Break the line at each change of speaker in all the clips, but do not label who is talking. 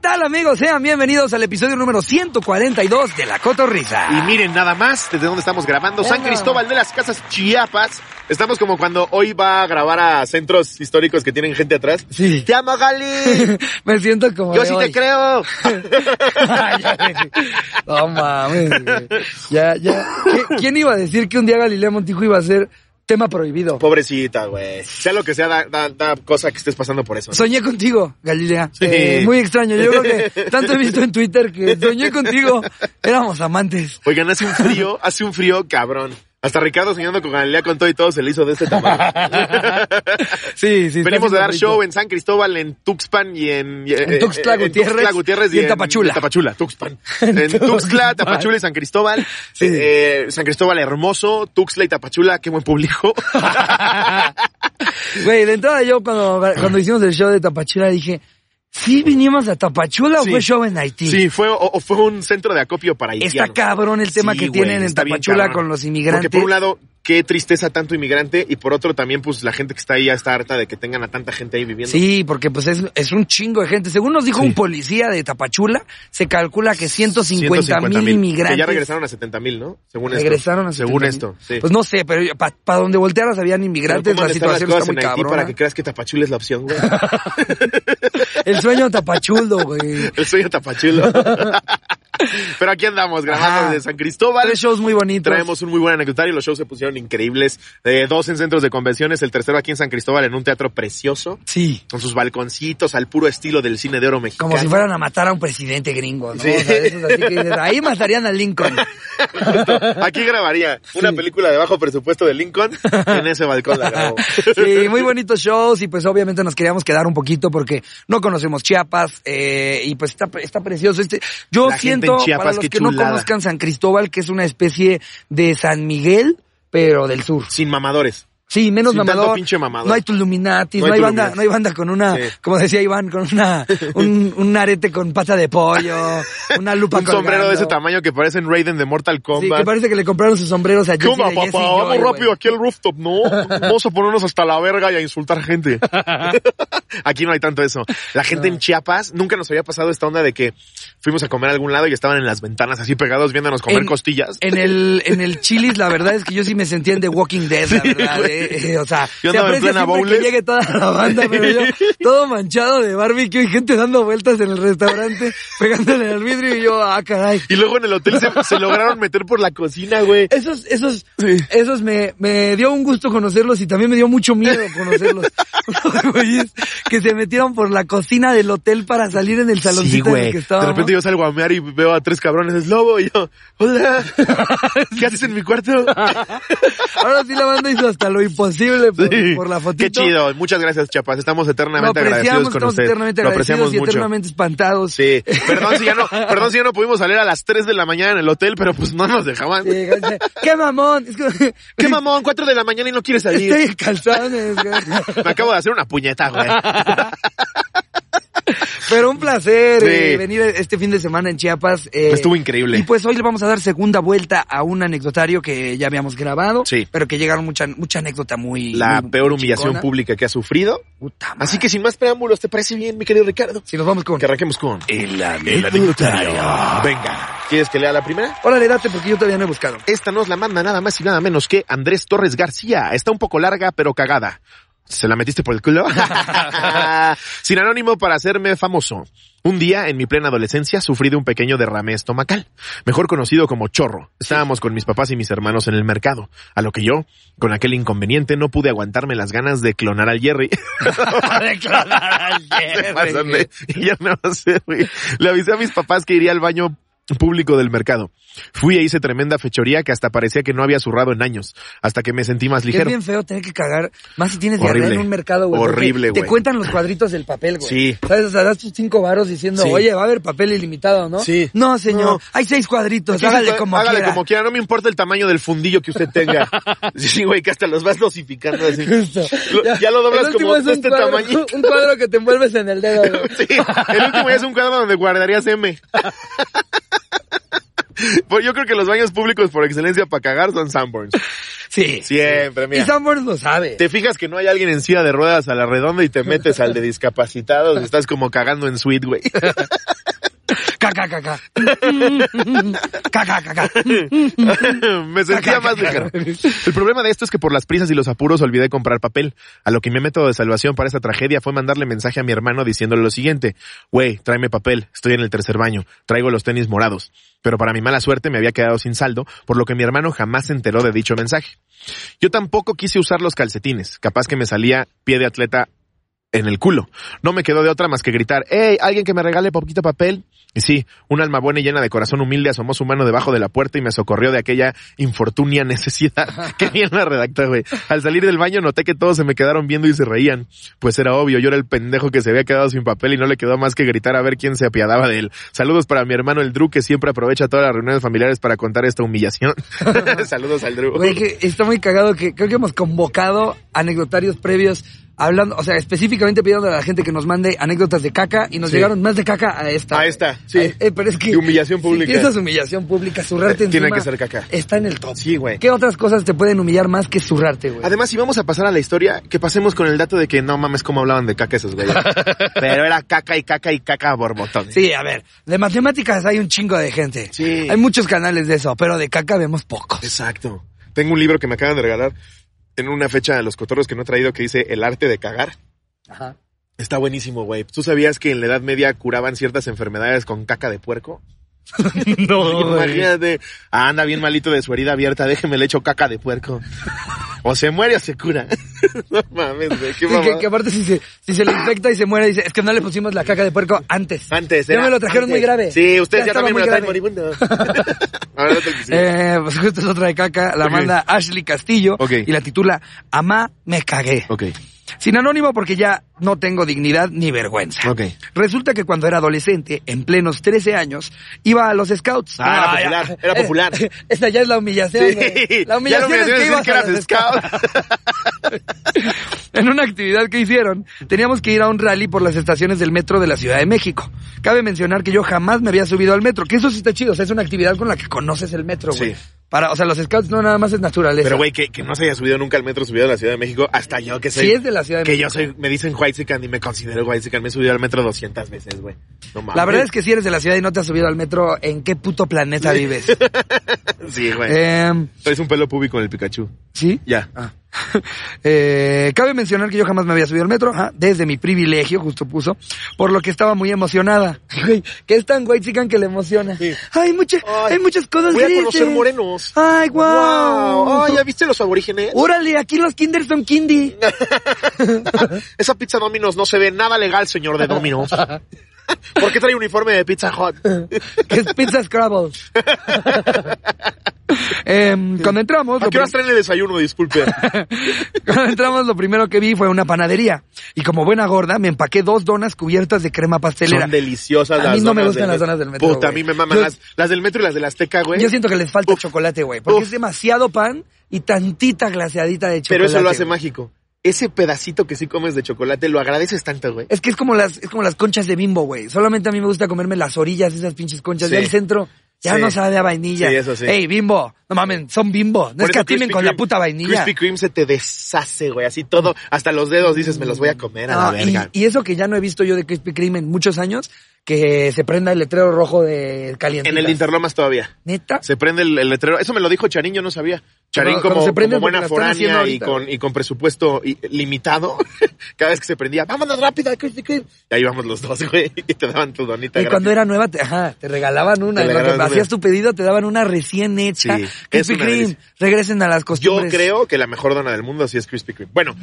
tal amigos? Sean bienvenidos al episodio número 142 de La Cotorrisa.
Y miren nada más desde dónde estamos grabando. San Cristóbal de las Casas Chiapas. Estamos como cuando hoy va a grabar a centros históricos que tienen gente atrás.
Sí.
¡Te amo, Gali!
Me siento como
Yo
de
sí
hoy.
te creo.
Ay, ya, güey. no mames. güey. Ya, ya. ¿Qui- ¿Quién iba a decir que un día Galilea Montijo iba a ser tema prohibido?
Pobrecita, güey. Sea lo que sea, da, da- da cosa que estés pasando por eso.
Soñé contigo, Galilea.
Sí.
Eh, muy extraño. Yo creo que tanto he visto en Twitter que soñé contigo. Éramos amantes.
Oigan, hace un frío, hace un frío cabrón. Hasta Ricardo soñando con Galilea con todo y todo se le hizo de este tamaño.
Sí, sí. está
Venimos
haciendo
de dar
rico.
show en San Cristóbal, en Tuxpan y en... y- eh,
Tuxtla
eh,
Gutiérrez
Tuxtla Gutiérrez
y en Tapachula.
Tapachula, Tuxpan.
En
En Tuxtla,
Tuxpan.
Tapachula y San Cristóbal.
Sí.
Eh, San Cristóbal hermoso, Tuxtla y Tapachula, qué buen público.
Güey, de entrada yo cuando, cuando hicimos el show de Tapachula dije, ¿sí vinimos a Tapachula o
Sí.
fue show en Haití?
Sí, fue, o, o fue un centro de acopio para haitianos.
Está cabrón el tema
Sí,
que
güey,
tienen en
está bien
Tapachula
cabrón.
con los inmigrantes.
Porque por un lado, qué tristeza tanto inmigrante y por otro también pues la gente que está ahí ya está harta de que tengan a tanta gente ahí viviendo.
Sí, porque pues es, es un chingo de gente. Según nos dijo
Sí.
un policía de Tapachula, se calcula que 150
150,000,
mil inmigrantes
Que ya regresaron a 70 mil, ¿no? Según
regresaron a
esto. Según
70,000.
esto, sí.
Pues no sé, pero para donde voltearas habían
Pero
inmigrantes,
¿cómo
la
han estado
situación
las
está
cosas
muy
en Haití
cabrón.
para que creas que Tapachula es la opción, güey.
El sueño tapachuldo, güey.
El sueño Tapachula. Pero aquí andamos, grabando
Ajá.
desde San Cristóbal.
Tres shows muy bonitos.
Traemos un muy buen anecdotario, los shows se pusieron increíbles. Eh, dos en centros de convenciones, el tercero aquí en San Cristóbal en un teatro precioso,
Sí.
con sus balconcitos al puro estilo del cine de oro mexicano.
Como si fueran a matar a un presidente gringo, ¿no?
Sí.
O sea, de esos así que dices, ahí matarían a Lincoln.
Justo, Aquí grabaría una película de bajo presupuesto de Lincoln en ese balcón la grabo.
Sí, muy bonitos shows y pues obviamente nos queríamos quedar un poquito porque no conocemos Chiapas eh, y pues está, está precioso. Este, yo
La gente
siento,
en Chiapas,
para los
qué
que no
chulada.
conozcan San Cristóbal, que es una especie de San Miguel, pero del sur.
Sin mamadores.
Sí, menos
Sin tanto
mamador.
pinche mamador.
No hay tuluminatis, no
No
hay,
hay
banda,
Tuluminatis.
no hay banda con una,
Sí.
como decía Iván, con una, un, un arete con pata de pollo, una lupa
Un sombrero
colgando.
de ese tamaño que parece en Raiden de Mortal
Sí, que
Kombat.
parece que le compraron sus sombreros a
¿Qué
Jesse
onda,
de
papá?
Jesse y Joy,
Vamos
güey.
rápido aquí al rooftop, ¿no? Vamos a ponernos hasta la verga y a insultar gente. aquí no hay tanto eso. La gente en Chiapas, nunca nos había pasado esta onda de que fuimos a comer a algún lado y estaban en las ventanas así pegados viéndonos comer
En-
costillas.
En el, en el Chilis, la verdad es que yo sí me sentía en The Walking Dead, la verdad.
güey.
eh, eh, o sea,
Yo
se
andaba en
aprecia
plena
siempre
Bowles.
que llegue toda la banda, pero yo todo manchado de barbecue y gente dando vueltas en el restaurante, pegándole al vidrio y yo, ah, caray.
Y luego en el hotel se, se lograron meter por la cocina, güey.
Esos, esos,
Sí.
esos me, me dio un gusto conocerlos y también me dio mucho miedo conocerlos. Unos güeyes que se metieron por la cocina del hotel para salir en el
Sí,
saloncito en el
güey.
que
De
estábamos.
repente yo salgo a mear y veo a tres cabrones, es lobo, y yo, hola, ¿qué haces en mi cuarto?
Ahora sí la banda hizo hasta lo imposible por,
Sí.
por la
Qué
fotito.
chido, muchas gracias, Chapas. Estamos eternamente
lo
agradecidos
apreciamos,
con
estamos
ustedes.
eternamente
Lo
agradecidos
apreciamos
y
mucho.
eternamente espantados.
Sí, perdón si, ya no, perdón si ya no pudimos salir a las 3 de la mañana en el hotel, pero pues no nos dejaban.
Sí, gracias. ¡Qué mamón! Es que-
¿Qué mamón? 4 de la mañana y no quieres salir.
Estoy en calzones. güey.
Me acabo de hacer una puñeta, güey.
Pero un placer
Sí.
eh, venir este fin de semana en Chiapas. eh,
Estuvo increíble.
Y pues hoy le vamos a dar segunda vuelta a un anecdotario que ya habíamos grabado.
Sí.
Pero que llegaron mucha, mucha anécdota muy...
La
muy
peor humillación
chingona.
pública que ha sufrido.
Puta madre.
Así que sin más preámbulos, ¿te parece bien, mi querido Ricardo?
Si nos vamos con...
Que arranquemos con...
El
Venga. ¿Quieres que lea la primera?
Órale, date porque yo todavía no he buscado.
Esta nos la manda nada más y nada menos que Andrés Torres García. Está un poco larga, pero cagada. ¿Se la metiste por el culo? Sin anónimo para hacerme famoso. Un día, en mi plena adolescencia, sufrí de un pequeño derrame estomacal, mejor conocido como chorro. Estábamos con mis papás y mis hermanos en el mercado, a lo que yo, con aquel inconveniente, no pude aguantarme las ganas de clonar al Jerry. Se pasan de- y ya no sé, güey. Le avisé a mis papás que iría al baño público del mercado. Fui e hice tremenda fechoría que hasta parecía que no había zurrado en años, hasta que me sentí más
Es
ligero.
bien feo tener que cagar, más si tienes diarrea
Horrible.
en un mercado, güey. porque
Horrible,
Te
güey.
cuentan los cuadritos del papel, güey.
Sí.
¿Sabes? O sea, das tus cinco varos diciendo,
Sí.
oye, va a haber papel ilimitado, ¿no?
Sí.
No, señor,
No.
hay seis cuadritos,
Aquí
hágale
se puede-
como
Pues hágale
quiera.
como quiera, no me importa el tamaño del fundillo que usted tenga. Sí, güey, que hasta los vas dosificando así.
Justo.
Lo- ya lo
el
doblas
último
como
es un
este
cuadro,
tamañito.
Un cuadro que te envuelves en el dedo, güey.
Sí, el último ya es un cuadro donde guardarías M. Pues yo creo que los baños públicos por excelencia para cagar son Sanborns.
Sí.
Siempre,
Y
mira.
Sanborns lo sabe.
Te fijas que no hay alguien en silla de ruedas a la redonda y te metes al de discapacitados, estás como cagando en suite, güey.
Caca, caca. Caca, caca.
me sentía más ligero. El problema de esto es que por las prisas y los apuros olvidé comprar papel, a lo que mi método de salvación para esta tragedia fue mandarle mensaje a mi hermano diciéndole lo siguiente, güey, tráeme papel, estoy en el tercer baño, traigo los tenis morados. Pero para mi mala suerte me había quedado sin saldo, por lo que mi hermano jamás se enteró de dicho mensaje. Yo tampoco quise usar los calcetines, capaz que me salía pie de atleta en el culo. No me quedó de otra más que gritar, hey, alguien que me regale poquito papel. Y sí, un alma buena y llena de corazón humilde asomó su mano debajo de la puerta y me socorrió de aquella infortunia necesidad. Qué bien la redactó, güey. Al salir del baño noté que todos se me quedaron viendo y se reían. Pues era obvio, yo era el pendejo que se había quedado sin papel y no le quedó más que gritar a ver quién se apiadaba de él. Saludos para mi hermano el Drew, que siempre aprovecha todas las reuniones familiares para contar esta humillación. Saludos al Drew.
Güey, que está muy cagado que creo que hemos convocado anecdotarios previos hablando, o sea, específicamente pidiendo a la gente que nos mande anécdotas de caca y nos
Sí.
llegaron más de caca a esta.
A esta, sí.
A- eh, pero es que
De humillación pública.
Si piensas humillación pública, zurrarte
Eh, tiene
encima
que ser caca.
Está en el top.
Sí, güey.
¿Qué otras cosas te pueden humillar más que zurrarte, güey?
Además, si vamos a pasar a la historia, que pasemos con el dato de que no mames cómo hablaban de caca esos güeyes. Pero era caca y caca y caca a borbotones.
Sí, a ver, de matemáticas hay un chingo de gente.
Sí.
Hay muchos canales de eso, pero de caca vemos pocos.
Exacto. Tengo un libro que me acaban de regalar en una fecha de los cotorros que no he traído que dice El arte de cagar.
Ajá.
Está buenísimo, güey. ¿Tú sabías que en la Edad Media curaban ciertas enfermedades con caca de puerco?
No, güey.
Imagínate, ah, anda bien malito de su herida abierta, déjeme le echo caca de puerco. O se muere o se cura. no mames, güey, qué
Sí, que,
mamada.
que aparte si se, si se le infecta y se muere, dice, es que no le pusimos la caca de puerco antes.
Antes,
Ya
era
me lo trajeron
antes.
muy grave.
Sí, ustedes ya,
estaba
también me
muy
lo
grave.
traen moribundo. A ver, otro que sí.
Eh, pues justo es otra de caca, la
Ok.
manda Ashley Castillo
Ok.
y la titula Amá me cagué.
Ok,
Sin anónimo porque ya no tengo dignidad ni vergüenza.
ok.
Resulta que cuando era adolescente, en plenos 13 años, iba a los scouts.
Ah, era
ya.
popular, era popular.
Esa ya es la humillación. güey. La humillación
ya lo
es que
decir
ibas
que
a
eras
los
scout.
En una actividad que hicieron, teníamos que ir a un rally por las estaciones del metro de la Ciudad de México. Cabe mencionar que yo jamás me había subido al metro, que eso sí está chido, o sea, es una actividad con la que conoces el metro, güey.
Sí.
Para, o sea, los scouts no nada más es naturaleza.
Pero, güey, que, que no se haya subido nunca al metro subido a la Ciudad de México, hasta yo que soy...
Sí, es de la Ciudad de
que
México.
yo soy, me dicen Whitezican y me considero Whitezican, me he subido al metro 200 veces, güey. No mames.
La verdad es que si eres de la ciudad y no te has subido al metro, ¿en qué puto planeta vives?
Sí, güey.
Em,
Traes un pelo púbico en el Pikachu.
¿Sí?
Ya.
Ah. Eh, cabe mencionar que yo jamás me había subido al metro, ajá, desde mi privilegio, justo puso, por lo que estaba muy emocionada. Güey, que es tan güey chican que le emociona.
Sí.
Hay, mucha-
Ay,
hay muchas cosas
Voy a
grises.
conocer morenos.
Ay, guau.
Wow. Ay, ¿ya viste los aborígenes?
Órale, aquí los kinders son kindy.
Esa pizza Domino's no se ve nada legal, señor de Domino's. ¿Por qué trae uniforme de Pizza Hut?
que es pizza scrabble. Em, cuando entramos...
¿A
lo
qué horas
pri-
traen el desayuno? Disculpe.
Cuando entramos lo primero que vi fue una panadería y como buena gorda me empaqué dos donas cubiertas de crema pastelera.
Son deliciosas
A
las
mí no me
donas
gustan las
met-
donas del metro,
Puta, a
güey.
mí me maman
Yo-
las, las del metro y las de la Azteca, güey.
Yo siento que les falta
Uf.
chocolate, güey, porque
Uf.
es demasiado pan y tantita glaseadita de chocolate.
Pero eso lo hace
güey.
mágico. Ese pedacito que sí comes de chocolate lo agradeces tanto, güey.
Es que es como las es como las conchas de Bimbo, güey. Solamente a mí me gusta comerme las orillas de esas pinches conchas.
Sí.
Ya el centro ya
Sí.
no sabe a vainilla.
Sí, eso sí.
Ey, Bimbo, no mamen, son Bimbo. No
Por eso
escatimen
Krispy
con la
Kreme-
puta vainilla.
Krispy Kreme se te deshace, güey. Así todo, hasta los dedos dices, me los voy a comer a la
No, Ah, y,
verga.
y eso que ya no he visto yo de Krispy Kreme en muchos años, que se prenda el letrero rojo de caliente.
En el de Interlomas todavía.
¿Neta?
Se prende el, el letrero. Eso me lo dijo Charín, yo no sabía. Charín
Cuando-
como,
cuando se prende
como
es porque
buena
la están haciendo
foránea y
ahorita.
con, y con presupuesto i- limitado. Cada vez que se prendía, vámonos rápido a Krispy Kreme. Y ahí vamos los dos, güey. Y te daban tu donita.
Y
gratis.
cuando era nueva, te, ajá, te regalaban una. y
Te
lo que
regalaban una.
hacías tu pedido, te daban una recién hecha.
Sí, es
Krispy
una
Kreme,
delicia.
regresen a las
Yo
costumbres.
creo que la mejor dona del mundo sí es Krispy Kreme. Bueno,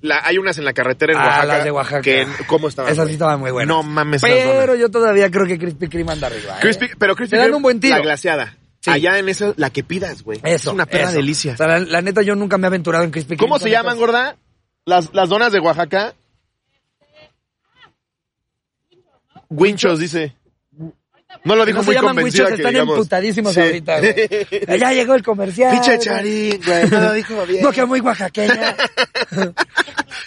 la, hay unas en la carretera en
Ah,
Oaxaca.
las de Oaxaca.
Que, ¿Cómo estaban?
Esas
güey?
sí estaban muy buenas.
No mames, esas
Pero
donas.
yo todavía creo que Krispy Kreme anda arriba. ¿eh?
Krispy, pero Krispy
Te dan
Kreme,
un buen tiro.
La glaseada.
Sí.
Allá en esa, la que pidas, güey.
Eso.
Es una perra
eso.
delicia.
O sea, la, la neta, yo nunca me he aventurado en Krispy Kreme.
¿Cómo se
con
llaman,
estas-
gorda? Las, las donas de Oaxaca. Winchos, dice. No lo dijo
No se
muy
llaman
convencida
Wichos,
que
están
digamos.
emputadísimos
Sí.
ahorita, güey. Allá llegó el comercial.
Pinche
güey.
charín, güey. No lo dijo bien.
No, que muy oaxaqueña.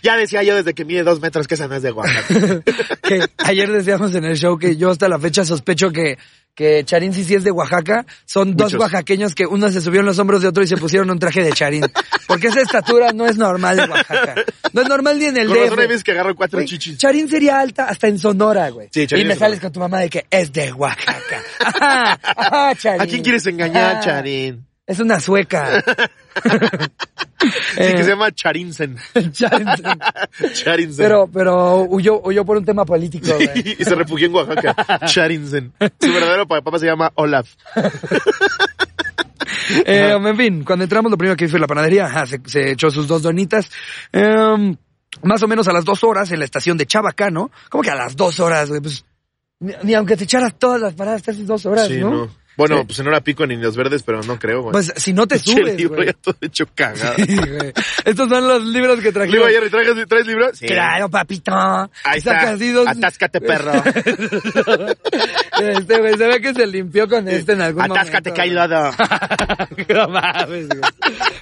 Ya decía yo desde que mide dos metros que esa no es de Oaxaca.
Que ayer decíamos en el show que yo hasta la fecha sospecho que, que Charín sí sí es de Oaxaca. Son dos
Muchos.
oaxaqueños que uno se subió en los hombros de otro y se pusieron un traje de Charín. Porque esa estatura no es normal de Oaxaca. No es normal ni en el
Con razón hay
DF.
veces que agarro cuatro
Güey,
chichis.
Charín sería alta hasta en Sonora, güey.
Sí, Charín
y me
es
sales
Sonora.
con tu mamá de que es de Oaxaca. Ajá, ajá, Ah, Charín.
¿A quién quieres engañar,
Ah,
Charín?
Es una sueca.
Sí,
Eh.
que se llama Charinsen.
Charín.
Charinsen.
Pero, pero huyó, huyó por un tema político, güey.
y se refugió en Oaxaca. Charinsen. Su verdadero pa- papá se llama Olaf.
Eh, en fin, cuando entramos, lo primero que hizo fue la panadería. Ajá, se, se echó sus dos donitas. Em, más o menos a las dos horas en la estación de Chabacano. ¿Cómo que a las dos horas, güey? Pues, ni, ni aunque te echaras todas las paradas, te haces dos horas,
Sí,
¿no?
no. Bueno,
Sí.
pues en hora pico en Indios Verdes, pero no creo, güey.
Pues si no te
Pinche
subes,
libro
güey.
ya todo hecho cagada.
Sí, güey. Estos son los libros que
Le digo
trajimos.
ayer, ¿y ¿traes, traes libro? Sí.
Claro, papito.
Ahí está.
Sacas así dos-
Atáscate, perro.
Este, güey, se ve que se limpió con este en algún
Atáscate,
momento.
que hay lodo.
No mames, güey.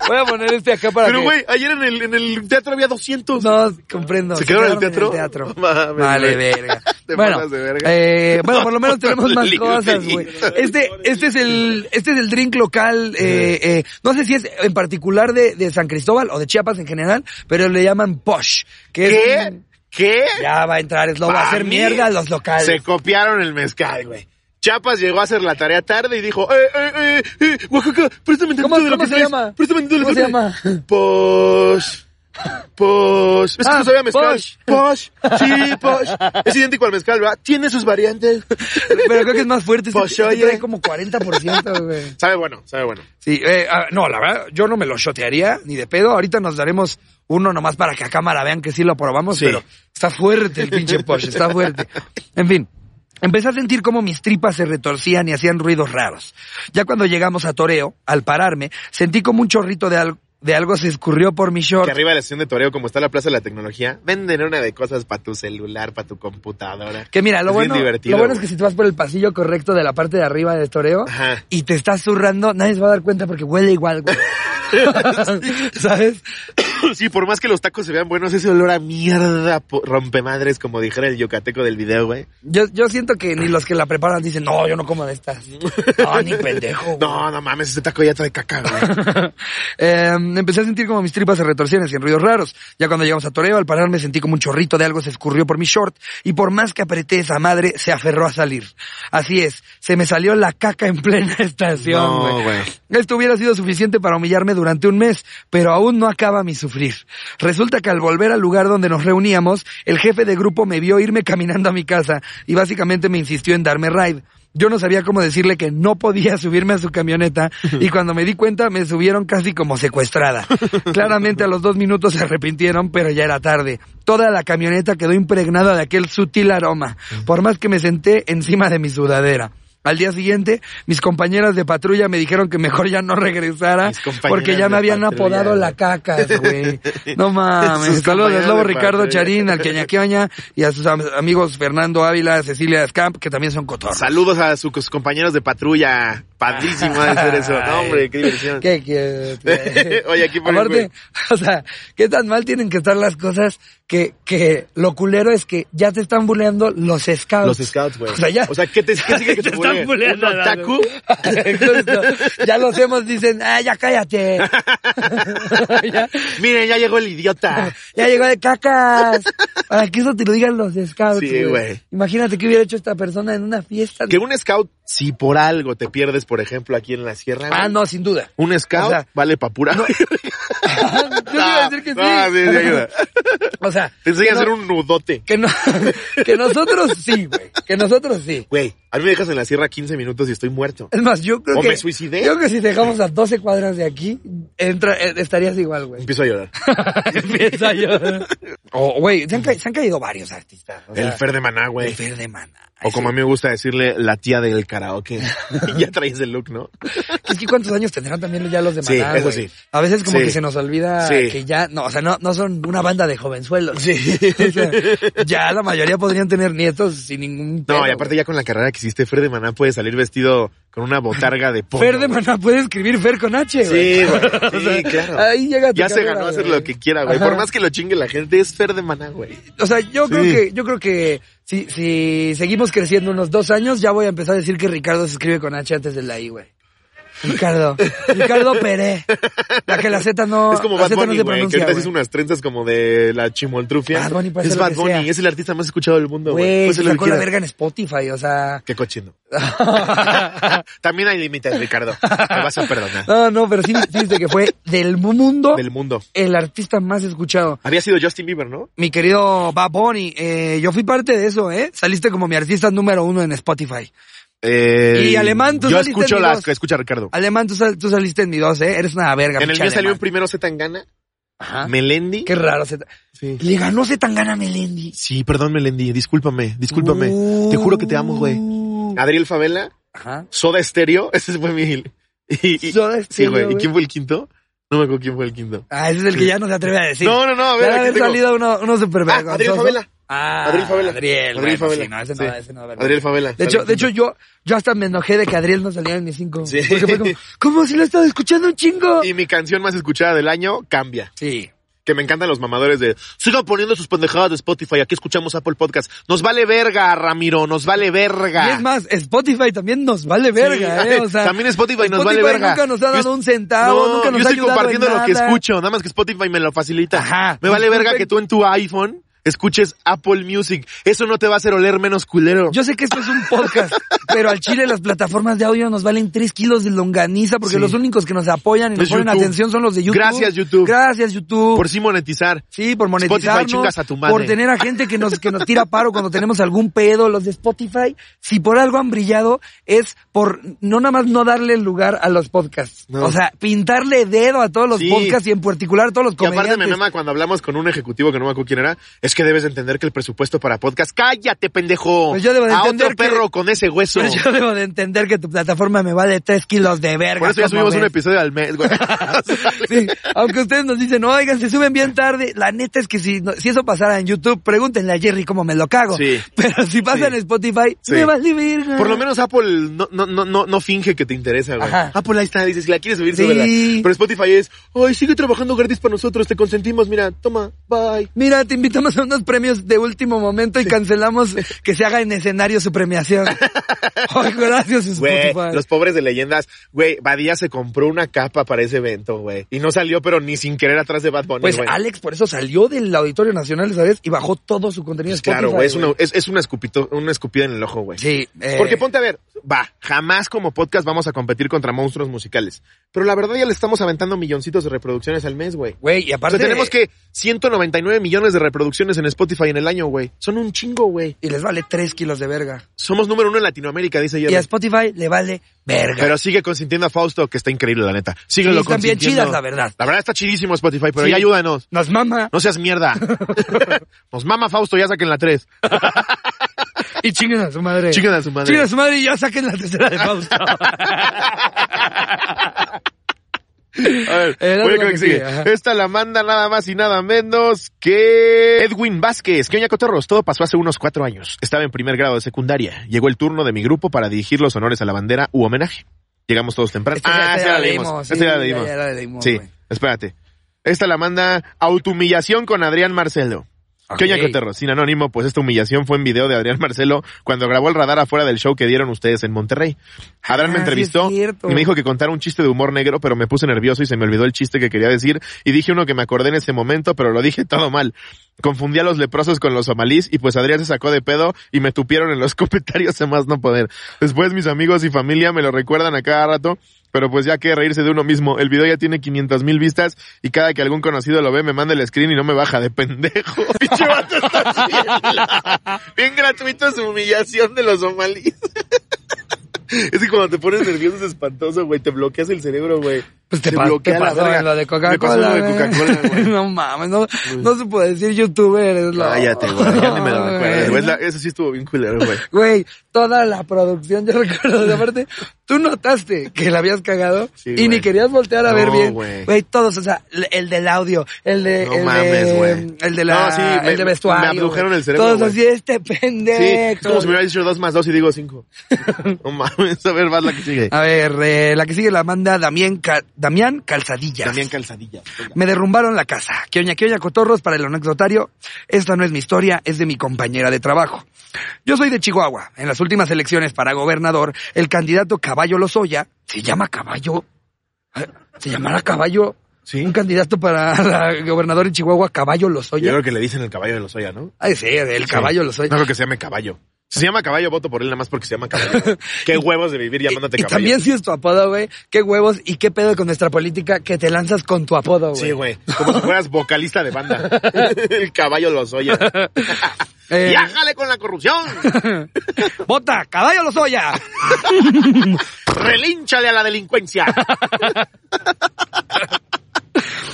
Voy a poner este acá para
Pero,
que-
güey, ayer en el, en el teatro había 200.
No, comprendo.
¿Se quedaron en el teatro?
teatro.
No mames,
vale,
güey.
verga.
Te
bueno,
pasas de verga.
eh, bueno, por lo menos tenemos más
Libre.
cosas, güey. Este, este es el, este es el drink local, eh, eh, no sé si es en particular de, de San Cristóbal o de Chiapas en general, pero le llaman Posh. Que Es
¿Qué?
un-
¿Qué?
ya va a entrar, es lo va a hacer
mí
mierda a los locales.
Se copiaron el mezcal, güey. Chiapas llegó a hacer la tarea tarde y dijo, eh, eh, eh, eh, Oaxaca, préstame tantito
¿Cómo-
de lo
cómo
que
se
traes,
llama?
Préstame tantito de lo
¿Cómo
que
se llama?
Pues, pues, es que
Ah,
no sabía mezcal.
posh.
Posh, sí, posh. Es idéntico al mezcal, ¿verdad? Tiene sus variantes.
Pero creo que es más fuerte. este-
Posh,
este
oye.
trae como 40%, güey.
Sabe bueno, sabe bueno.
Sí, eh, ah, no, la verdad, yo no me lo shotearía ni de pedo. Ahorita nos daremos uno nomás para que a cámara vean que sí lo probamos,
Sí.
pero está fuerte el pinche Porsche, está fuerte. En fin. Empecé a sentir como mis tripas se retorcían y hacían ruidos raros. Ya cuando llegamos a Toreo, al pararme, sentí como un chorrito de, al- de algo se escurrió por mi short.
Que arriba de la estación de Toreo, como está la Plaza de la Tecnología, venden una de cosas para tu celular, para tu computadora.
Que mira, lo
Es bien
bueno,
divertido,
lo bueno es
güey.
que si tú vas por el pasillo correcto de la parte de arriba de Toreo
Ajá.
y te estás zurrando, nadie se va a dar cuenta porque huele igual, güey. ¿Sabes?
Sí, por más que los tacos se vean buenos, ese olor a mierda po- rompemadres, como dijera el yucateco del video, güey.
Yo, yo siento que ni los que la preparan dicen, no, yo no como de estas. No, ni pendejo. güey.
No, no mames, este taco ya trae caca, güey.
Eh, empecé a sentir como mis tripas se retorcían en ruidos raros. Ya cuando llegamos a Toreo, al pararme sentí como un chorrito de algo se escurrió por mi short y por más que apreté esa madre, se aferró a salir. Así es, se me salió la caca en plena estación,
No,
güey.
güey.
Esto hubiera sido suficiente para humillarme durante un mes, pero aún no acaba mi sufrir. Resulta que al volver al lugar donde nos reuníamos, el jefe de grupo me vio irme caminando a mi casa y básicamente me insistió en darme ride. Yo no sabía cómo decirle que no podía subirme a su camioneta y cuando me di cuenta me subieron casi como secuestrada. Claramente a los dos minutos se arrepintieron, pero ya era tarde. Toda la camioneta quedó impregnada de aquel sutil aroma, por más que me senté encima de mi sudadera. Al día siguiente, mis compañeras de patrulla me dijeron que mejor ya no regresara
Mis compañeras
porque ya
de
me habían
patrulla,
apodado
güey.
la cacas, güey. No mames.
Sus
Saludos
compañeras
al lobo
de
Ricardo
patrulla.
Charín, al Queñaqueña y a sus am- amigos Fernando Ávila, Cecilia Escamp, que también son cotorros.
Saludos a sus compañeros de patrulla. Padrísimo de ser eso. No, hombre, qué diversión.
¿Qué quieres, güey?
Oye, aquí por el
Aparte,
güey.
o sea, ¿qué tan mal tienen que estar las cosas que, que lo culero es que ya te están buleando los scouts?
Los scouts, güey.
O sea, ya.
O sea, ¿qué te, qué sigue que te,
están
huele?
buleando,
¿Un otaku?
Justo. Ya los hemos dicen, ah, ya cállate. ya,
Miren, ya llegó el idiota.
ya llegó de cacas. Para que eso te lo digan los scouts.
Sí, güey.
Imagínate qué hubiera hecho esta persona en una fiesta.
Que un scout, si por algo te pierdes, por ejemplo, aquí en la sierra,
Ah,
güey,
no, sin duda.
un scout
O sea,
vale pa' pura.
Yo te iba a decir que Ah, sí.
No, sí, sí ayuda.
O sea,
Te enseña
que
a hacer
no-
un nudote.
que, no, que nosotros sí, güey. Que nosotros sí.
Güey, a mí me dejas en la sierra 15 minutos y estoy muerto.
Es más, yo creo
O
que.
me suicidé.
Yo creo que si dejamos a 12 cuadras de aquí, entra, eh, estarías igual, güey.
Empiezo a llorar.
Empieza yo. O, Oh, güey, se, han ca- se han caído varios artistas. o
el
sea,
Fer de Maná,
el
güey.
Fer de Maná.
O como a mí me gusta decirle, la tía del karaoke. ya traes el look, ¿no?
Es que cuántos años tendrán también ya los de
Sí,
Maná,
eso
güey?
sí.
A veces como
Sí.
que se nos olvida
Sí.
que ya, no, o sea, no, no son una banda de jovenzuelos. O sea, ya la mayoría podrían tener nietos sin ningún
No,
pedo,
y aparte ya con la carrera que hiciste, Fer de Maná puede salir vestido con una botarga de pollo.
Fer de Maná puede escribir Fer con H, güey.
Sí, güey. Sí, claro.
Ahí llega tu
ya se
carrera,
ganó hacer
güey.
lo que quiera, güey.
Ajá.
Por más que lo chingue la gente, es Fer de Maná, güey.
O sea, yo
Sí.
creo que, yo creo que si, si seguimos creciendo unos dos años, ya voy a empezar a decir que Ricardo se escribe con H antes de la I, güey. Ricardo, Ricardo Pérez. La que la Z no,
es como
la
Bad
Z
Bunny,
no se
güey. que
pronuncia.
ahorita se
güey.
hizo unas trenzas como de la chimoltrufia.
Bad Bunny puede
es
hacer lo
Bad
que
Bunny,
sea.
es el artista más escuchado del mundo, güey.
Güey,
Puede
se
hacer lo que
sacó la
quiera.
verga en Spotify, o sea.
Qué cochino. También hay límites, Ricardo. Me vas a perdonar.
No, no, pero sí viste que fue del mundo
Del mundo.
el artista más escuchado.
Había sido Justin Bieber, ¿no?
Mi querido Baboni, eh, yo fui parte de eso, ¿eh? Saliste como mi artista número uno en Spotify.
Eh,
Y Alemán, tú
Yo
saliste
escucho
en mi
las
voz.
que escucha Ricardo.
Alemán, tú, sal- tú saliste en mi dos, ¿eh? Eres una verga.
En el
pinche
mío salió
alemán.
en primero Zetangana,
Ajá.
Melendi.
Qué raro. Se
Sí.
Le ganó Zetangana a Melendi.
Sí, perdón, Melendi. Discúlpame, discúlpame.
Uh.
Te juro que te amo, güey. Adriel Favela,
Ajá.
Soda Stereo, ese fue mi. Y, y-
Soda
sí,
Stereo,
güey. ¿Y
güey.
quién fue el quinto? No me acuerdo quién fue el quinto.
Ah, ese es el que ya no se atreve a decir.
No, no, no, a ver.
Ya
aquí
debe haber
tengo.
salido uno, uno super
Ah, Adriel Favela.
Ah,
Adriel Favela.
Adriel, bueno,
Favela.
sí, no, ese no,
Sí.
ese no, ¿verdad?
Adriel Favela.
De
sale
hecho,
el
de
quinto.
hecho yo, yo hasta me enojé de que Adriel no salía en mis cinco.
Sí.
Porque fue como, ¿cómo si lo he estado escuchando un chingo?
Y mi canción más escuchada del año cambia.
Sí.
Que me encantan los mamadores de sigan poniendo sus pendejadas de Spotify. Aquí escuchamos Apple Podcast. Nos vale verga, Ramiro. Nos vale verga.
Y es más, Spotify también nos vale verga,
Ah. Sí,
¿eh? O sea,
también Spotify nos
Spotify
vale verga.
nunca nos ha dado
Yo-
un centavo, nunca nos
yo
ha
estoy
ayudado en
compartiendo lo que
nada.
escucho, nada más que Spotify me lo facilita.
Ajá.
Me vale verga
Perfecto.
que tú en tu iPhone escuches Apple Music. Eso no te va a hacer oler menos culero.
Yo sé que esto es un podcast, pero al Chile las plataformas de audio nos valen 3 kilos de longaniza porque
Sí.
los únicos que nos apoyan y nos
Es
ponen
YouTube.
atención son los de YouTube.
Gracias, YouTube.
Gracias, YouTube.
por sí monetizar.
sí, por monetizarnos.
chingas a tu madre.
Por tener a gente que nos, que nos tira paro cuando tenemos algún pedo. Los de Spotify, si por algo han brillado, es por no nada más no darle lugar a los podcasts.
No.
O sea, pintarle dedo a todos los
Sí.
podcasts y en particular a todos los
Y aparte
comediantes.
me mama cuando hablamos con un ejecutivo que no me acuerdo quién era, es que debes de entender que el presupuesto para podcast, cállate pendejo,
Pues yo debo de
a otro
entender que-
perro con ese hueso.
Pero yo debo de entender que tu plataforma me vale 3 kilos de verga.
Por eso ya
¿cómo
subimos un
ves?
episodio al mes, güey. Sale.
Sí, aunque ustedes nos dicen, oigan, se suben bien tarde. La neta es que si, no- si eso pasara en YouTube, pregúntenle a Jerry cómo me lo cago.
Sí.
Pero si pasa
Sí.
en Spotify,
Sí.
me vale verga.
Por lo menos Apple no, no, no, no, no finge que te interesa, güey.
Ajá.
Apple ahí está, dices, si la quieres subir,
Sí.
súbela. Pero Spotify es, ay, sigue trabajando gratis para nosotros, te consentimos, mira, toma, bye.
Mira, te invitamos a unos premios de último momento y cancelamos que se haga en escenario su premiación. Ay, gracias,
Güey,
Spotify.
los pobres de leyendas, güey, Badía se compró una capa para ese evento, güey. Y no salió, pero ni sin querer atrás de Bad Bunny,
Pues
güey.
Alex por eso salió del Auditorio Nacional, ¿sabes? Y bajó todo su contenido de Spotify.
Pues Claro, güey, es una,
güey.
es, es una, escupito- una escupida en el ojo, güey.
Sí. eh,
Porque ponte a ver, va, jamás como podcast vamos a competir contra monstruos musicales. Pero la verdad ya le estamos aventando milloncitos de reproducciones al mes, güey.
Güey, y
O
aparte... eh,
sea, tenemos que 199 millones de reproducciones en Spotify en el año, güey. Son un chingo, güey.
Y les vale 3 kilos de verga.
Somos número uno en Latinoamérica, dice
Y a
Jerry.
Spotify le vale verga.
Pero sigue consintiendo a Fausto, que está increíble, la neta. Síguelo
Sí, están bien
consintiendo.
chidas, la verdad.
La verdad está chidísimo Spotify, pero
Sí.
ya ayúdanos.
Nos mama.
No seas mierda. Nos mama Fausto, ya saquen la 3.
Y chinguen a su madre.
Chinguen a su madre.
Chinguen a su madre y ya saquen la tercera de Fausto.
A ver,
Eh, dale
voy
la
a con
que
la que sigue.
sigue, ajá.
Esta la manda nada más y nada menos que Edwin Vázquez. Que oña cotorros, todo pasó hace unos cuatro años. Estaba en primer grado de secundaria. Llegó el turno de mi grupo para dirigir los honores a la bandera u homenaje. Llegamos todos temprano. Ah,
Esta ya- esta
esa
ya
la
la
leímos.
leímos,
Esa
sí,
ya la
ya-
leímos.
ya la leímos,
Sí,
güey.
espérate. Esta la manda Autohumillación con Adrián Marcelo.
Ok.
Que oña cotorros, sin anónimo, pues esta humillación fue en video de Adrián Marcelo cuando grabó el radar afuera del show que dieron ustedes en Monterrey. Adrián me
Ah, sí,
entrevistó
es cierto.
y me dijo que contara un chiste de humor negro, pero me puse nervioso y se me olvidó el chiste que quería decir y dije uno que me acordé en ese momento, pero lo dije todo mal. Confundí a los leprosos con los somalíes y pues Adrián se sacó de pedo y me tupieron en los comentarios a más no poder. Después mis amigos y familia me lo recuerdan a cada rato, pero pues ya que reírse de uno mismo. El video ya tiene 500 mil vistas y cada que algún conocido lo ve me manda el screen y no me baja de pendejo. Pinche vato está bien- Bien gratuito su humillación de los somalíes. Es que cuando te pones nervioso es espantoso, güey. Te bloqueas el cerebro, güey.
Pues te,
Se
pa- te
bloquea la
pasó
verga.
en lo de Coca-Cola.
Me pasó lo de
güey.
Coca-Cola, güey.
no mames, no, no se puede decir youtuber. es lo-
Cállate, güey. Ya ni me lo
No,
recuerdo.
güey.
güey. Es la- Eso sí estuvo bien culero, güey.
Güey, toda la producción, yo recuerdo, de aparte, tú notaste que la habías cagado
Sí,
y
güey.
ni querías voltear a
No,
ver bien.
güey.
Güey, todos, o sea, el- el del audio, el de,
No
el,
mames,
de
güey.
el de la,
No, sí, me-
el de vestuario.
me abdujeron
güey.
el cerebro,
Todos
güey.
así, este
Sí, es como
pendejo.
si me hubiera dicho dos más dos y digo cinco. No mames, a ver, vas la que sigue.
a ver, eh, la que sigue la manda Damián, Ca- Damián Calzadillas.
También calzadillas. venga.
Me derrumbaron la casa. Que oña, que oña, cotorros para el anecdotario. Esta no es mi historia, es de mi compañera de trabajo. Yo soy de Chihuahua. En las últimas elecciones para gobernador, el candidato Caballo Lozoya, ¿se llama Caballo? ¿Eh? ¿Se llamará Caballo?
Sí.
Un candidato para la gobernador en Chihuahua, Caballo
Yo
Lozoya.
creo que le dicen el caballo de los Oya, ¿no?
Ay, sí, el Caballo
No
Lozoya.
creo que se llame caballo. Si se llama caballo, voto por él nada más porque se llama caballo. Qué huevos de vivir llamándote
Y
caballo.
también si es tu apodo, güey. Qué huevos y qué pedo con nuestra política que te lanzas con tu apodo, güey.
Sí, güey. Como si fueras vocalista de banda. El caballo los oye.
Eh,
¡Ya jale con la corrupción!
Bota, Caballo Lozoya.
¡Relínchale a la delincuencia!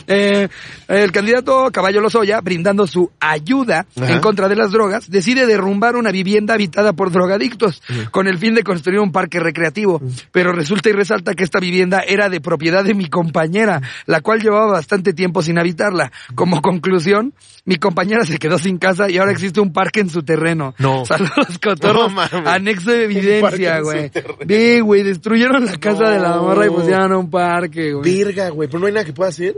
Eh, el candidato Caballo Lozoya, brindando su ayuda
Ajá.
en contra de las drogas, decide derrumbar una vivienda habitada por drogadictos con el fin de construir un parque recreativo. Pero resulta y resalta que esta vivienda era de propiedad de mi compañera, la cual llevaba bastante tiempo sin habitarla. Como conclusión, mi compañera se quedó sin casa y ahora existe un parque en su terreno.
No.
Saludos, cotorros.
No mames.
Anexo de
parque en
evidencia,
su
güey.
terreno.
Ve, güey, destruyeron la casa de la
No.
morra y pusieron un parque, güey.
Virga, güey. Pero no hay nada que pueda hacer.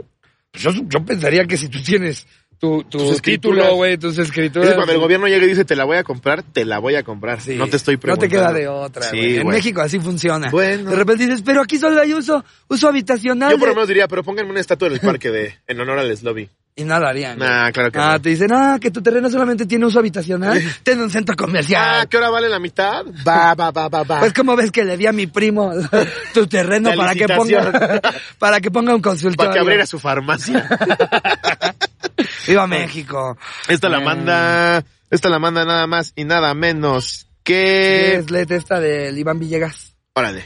Pues yo, yo pensaría que si tú tienes tu, tu
Tus escrituras.
título, güey, tus escrituras.
Es que cuando el gobierno llega y dice, te la voy a comprar, te la voy a comprar.
Sí.
No te estoy
No te queda
preguntando.
de otra,
Sí,
güey. en
güey.
México así funciona.
Bueno.
De repente dices, pero aquí solo hay uso, uso habitacional.
Yo por
de-
lo menos diría, pero pónganme una estatua en el parque de, en honor al Slobby.
Y no lo harían.
Nah, claro que
Ah,
no.
te dicen, ah, que tu terreno solamente tiene uso habitacional, ten un centro
Ah,
comercial.
¿qué hora vale la mitad? Va, va, va, va, va.
Pues como ves que le di a mi primo tu terreno
La
para que ponga
licitación.
para que ponga un
Para que
consultorio.
abriera su farmacia.
Viva México.
Esta la
Mm.
manda, esta la manda nada más y nada menos que...
Es la esta del Iván Villegas.
Órale.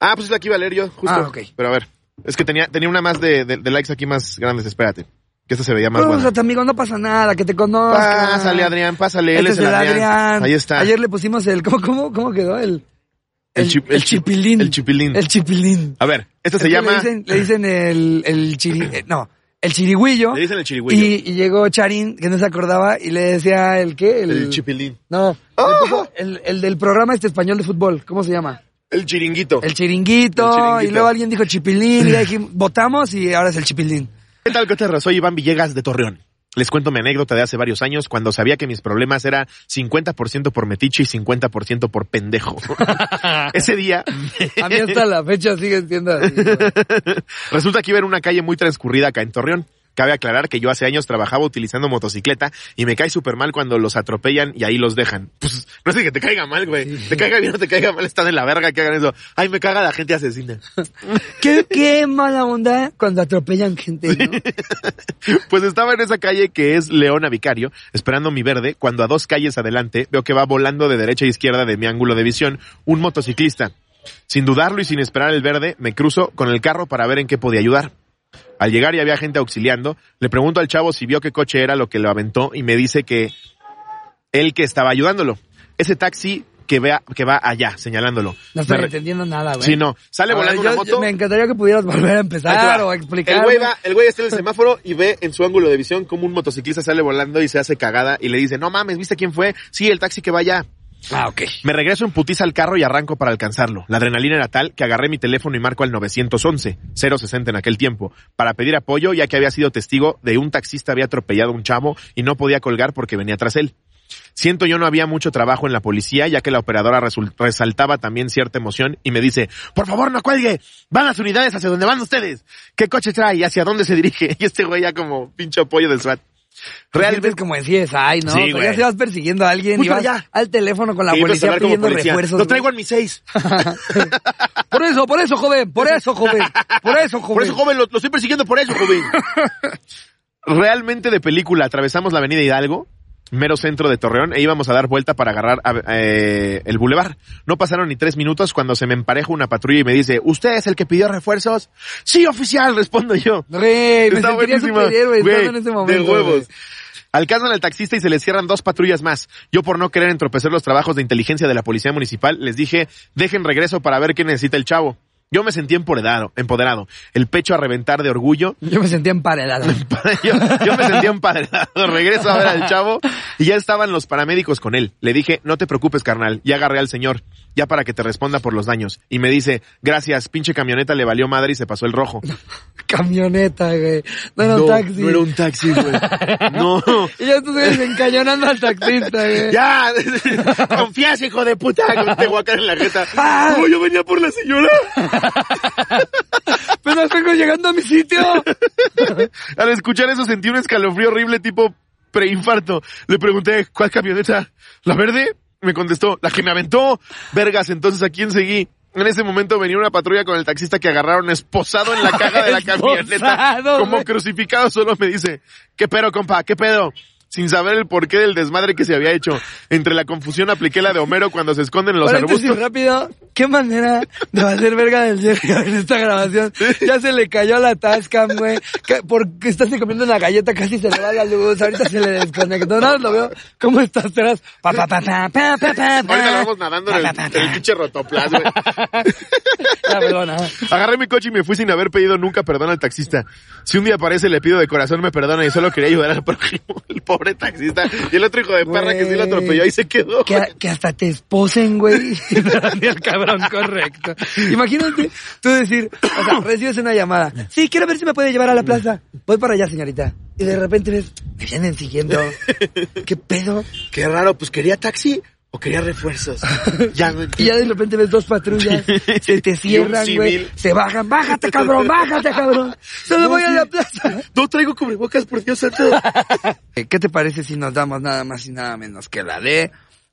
Ah, pues es la que iba a leer yo, justo.
Ah, ok.
Pero a ver, es que tenía, tenía una más de, de- de likes aquí más grandes, espérate. Que esta se veía más buena.
Pásate, amigo, Pues, no pasa nada, que te conozca.
Pásale, Adrián, pásale. Él
Este
es el Adrián. Ahí está.
Ayer le pusimos el. ¿Cómo, cómo, cómo quedó? El,
El chi- el chi-
chipilín.
el chipilín.
El chipilín.
A ver, esta
Es
se
que
llama...
Le dicen, le dicen el. el chiri, eh, no, el chirigüillo.
Le dicen el chirigüillo.
Y, y llegó Charín, que no se acordaba, y le decía el qué? El,
El chipilín.
No.
¡Ah!
le puso El, el del programa este español de fútbol. ¿Cómo se llama?
El chiringuito.
El chiringuito.
El chiringuito.
Y luego alguien dijo chipilín. Y ya dijimos, votamos y ahora es el chipilín.
¿Qué tal, cotorros? Soy Iván Villegas de Torreón. Les cuento mi anécdota de hace varios años cuando sabía que mis problemas era 50% por metiche y 50% por pendejo. Ese día
A mí hasta la fecha sigue siendo así, güey.
Resulta que iba en una calle muy transcurrida acá en Torreón. Cabe aclarar que yo hace años trabajaba utilizando motocicleta y me cae súper mal cuando los atropellan y ahí los dejan. Pues no sé que te caiga mal, güey. Te caiga bien o te caiga mal, están en la verga que hagan eso. Ay, me caga la gente asesina.
Qué, qué mala onda cuando atropellan gente, ¿no?
Pues estaba en esa calle que es Leona Vicario, esperando mi verde, cuando a dos calles adelante veo que va volando de derecha a izquierda de mi ángulo de visión un motociclista. Sin dudarlo y sin esperar el verde, me cruzo con el carro para ver en qué podía ayudar. Al llegar y había gente auxiliando, le pregunto al chavo si vio qué coche era lo que lo aventó y me dice que él que estaba ayudándolo. Ese taxi que, vea, que va allá, señalándolo.
No estoy
Me re-
entendiendo nada, güey.
Sí, no. Sale
A ver,
volando
yo-
una
yo-
moto.
me encantaría que pudieras volver a
Ahí te
empezar
va.
o a explicar.
El güey,
güey.
va- el güey está en el semáforo y ve en su ángulo de visión como un motociclista sale volando y se hace cagada y le dice, no mames, ¿viste quién fue? Sí, el taxi que va allá.
Ah, ok.
Me regreso en putiza al carro y arranco para alcanzarlo. La adrenalina era tal que agarré mi teléfono y marco al 911, 060 en aquel tiempo, para pedir apoyo ya que había sido testigo de un taxista había atropellado a un chavo y no podía colgar porque venía tras él. Siento yo no había mucho trabajo en la policía ya que la operadora resul- resaltaba también cierta emoción y me dice, por favor no cuelgue, van las unidades hacia donde van ustedes, qué coche trae y hacia dónde se dirige. Y este güey ya como pinche apoyo del
Pues
SWAT.
Realmente es como en CSI, ¿no?
Sí,
Cuando ya
güey.
se vas persiguiendo a alguien y
Justo
vas
ya.
al teléfono con la
Sí, pues,
policía
hablar como
pidiendo
policía.
refuerzos.
Lo
güey.
traigo en mi seis.
Por eso, por eso, joven, por eso, joven, por eso, joven.
Por eso, joven, lo, lo estoy persiguiendo por eso, joven. Realmente de película, atravesamos la avenida Hidalgo, mero centro de Torreón, e íbamos a dar vuelta para agarrar a- eh, el bulevar. No pasaron ni tres minutos cuando se me empareja una patrulla y me dice, ¿usted es el que pidió refuerzos? Sí, oficial, respondo yo.
Rey, me
Está
sentiría
buenísima,
superhéroe
güey,
estando en ese
de
momento.
huevos.
güey.
Alcanzan al taxista y se les cierran dos patrullas más. Yo por no querer entorpecer los trabajos de inteligencia de la policía municipal, les dije, dejen regreso para ver qué necesita el chavo. Yo me sentí empoderado, empoderado, el pecho a reventar de orgullo.
Yo me sentía emparedado.
yo, yo me sentí empoderado. Regreso a ver al chavo y ya estaban los paramédicos con él. Le dije, no te preocupes, carnal, y agarré al señor, ya para que te responda por los daños. Y me dice, gracias, pinche camioneta le valió madre y se pasó el rojo.
Camioneta, güey. No era un taxi.
no era un taxi, güey. No.
Y ya estos güeyes encañonando al taxista, güey.
¡Ya! ¡Confías, hijo de puta! Con Tehuacán en la jeta.
Ah.
¡No, yo venía por la señora!
Pero vengo Pues llegando a mi sitio.
Al escuchar eso sentí un escalofrío horrible tipo preinfarto. Le pregunté, ¿cuál camioneta? ¿La verde? Me contestó, la que me aventó. Vergas, entonces, ¿a quién seguí? En ese momento venía una patrulla con el taxista que agarraron esposado en la caja de la camioneta.
Esposado,
Como
güey.
crucificado solo me dice, ¿qué pedo, compa? ¿Qué pedo? Sin saber el porqué del desmadre que se había hecho. Entre la confusión apliqué la de Homero cuando se esconden en los
Paréntesis
arbustos.
rápido. Qué manera de hacer verga del Sergio en esta grabación. Ya se le cayó la Tascam, güey. Ca- Porque estás comiendo una galleta, casi se le va la luz. Ahorita se le desconectó. No, lo veo. ¿Cómo estás? Atrás. Pa, pa, pa, pa, pa, pa, pa, pa.
Ahorita lo vamos nadando en el,
Pa, pa,
en el pinche rotoplas, güey.
Ya, perdona.
Agarré mi coche y me fui sin haber pedido nunca perdón al taxista. Si un día aparece, le pido de corazón me perdona y solo quería ayudar al prójimo, el pobre taxista. Y el otro hijo de perra que sí lo atropelló y se quedó.
Que, a- que hasta te esposen, güey. Ni el cabrón correcto. Imagínate tú decir, o sea, recibes una llamada. Sí, quiero ver si me puede llevar a la plaza. Voy para allá, señorita. Y de repente ves, me vienen siguiendo. ¿Qué pedo?
Qué raro, pues quería taxi o quería refuerzos. Ya no
Y ya de repente ves dos patrullas, se te cierran,
Y un
güey.
civil.
Se bajan, bájate, cabrón, bájate, cabrón. Solo
No,
voy a
sí.
la plaza.
No traigo cubrebocas, por Dios santo.
Eh, ¿Qué te parece si nos damos nada más y nada menos que la de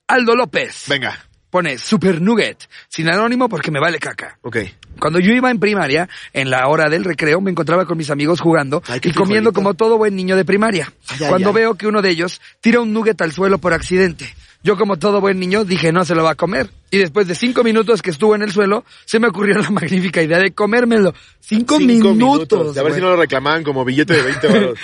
Aldo López?
Venga,
Pone Super Nugget, sin anónimo porque me vale caca.
ok.
Cuando yo iba en primaria, en la hora del recreo, me encontraba con mis amigos jugando
Ay, qué
y comiendo
frijolito.
como todo buen niño de primaria.
Ay, ay,
Cuando
ay.
veo que uno de ellos tira un nugget al suelo por accidente. Yo como todo buen niño dije no se lo va a comer. Y después de cinco minutos que estuvo en el suelo, se me ocurrió la magnífica idea de comérmelo. Cinco, minutos.
A ver
güey.
si no lo reclamaban como billete de 20 euros.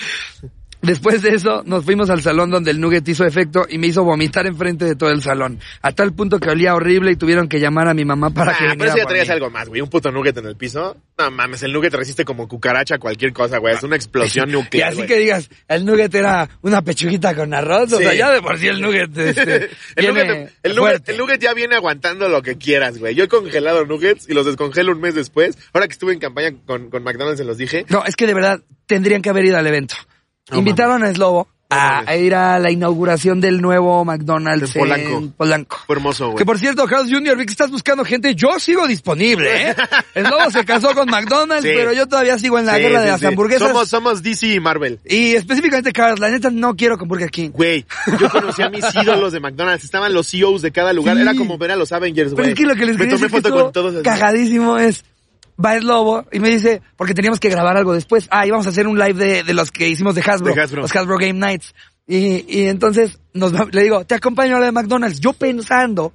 Después de eso, nos fuimos al salón donde el nugget hizo efecto y me hizo vomitar enfrente de todo el salón. A tal punto que olía horrible y tuvieron que llamar a mi mamá para que
Ah, pero
viniera
si ya
por
traías
mí.
algo más, güey. Un puto nugget en el piso. No mames, el nugget resiste como cucaracha a cualquier cosa, güey. Es una explosión
Y
nuclear.
así
güey.
que digas, el nugget era una pechuguita con arroz, o
Sí.
sea, ya de por sí el nugget este,
El
viene
nugget, el, nugget,
fuerte.
el nugget ya viene aguantando lo que quieras, güey. Yo he congelado nuggets y los descongelo un mes después. Ahora que estuve en campaña con, con McDonald's se los dije.
No, es que de verdad tendrían que haber ido al evento.
No
Invitaron a Slobo a,
mames.
a ir a la inauguración del nuevo McDonald's
En Polanco.
en Polanco.
Fue hermoso,
Que
güey.
por cierto, House Junior, vi que estás buscando gente, yo sigo disponible, ¿eh? Slobo se casó con McDonald's,
Sí.
pero yo todavía sigo en la
Sí,
guerra
sí,
de las
sí.
hamburguesas.
Somos, somos DC y Marvel.
Y específicamente Carlos, la neta no quiero con Burger King.
Güey, yo conocí a mis ídolos de McDonald's. Estaban los CEOs de cada lugar.
Sí.
Era como ver a los Avengers,
Pero
güey.
es que lo que les
Me
quería
tomé
decir es que
foto con todos.
estuvo
así.
cagadísimo es, va el lobo y me dice, porque teníamos que grabar algo después, ah, íbamos a hacer un live de, de los que hicimos de Hasbro,
De Hasbro.
los Hasbro Game Nights. Y, y entonces nos, va- le digo, te acompaño a la de McDonald's. Yo pensando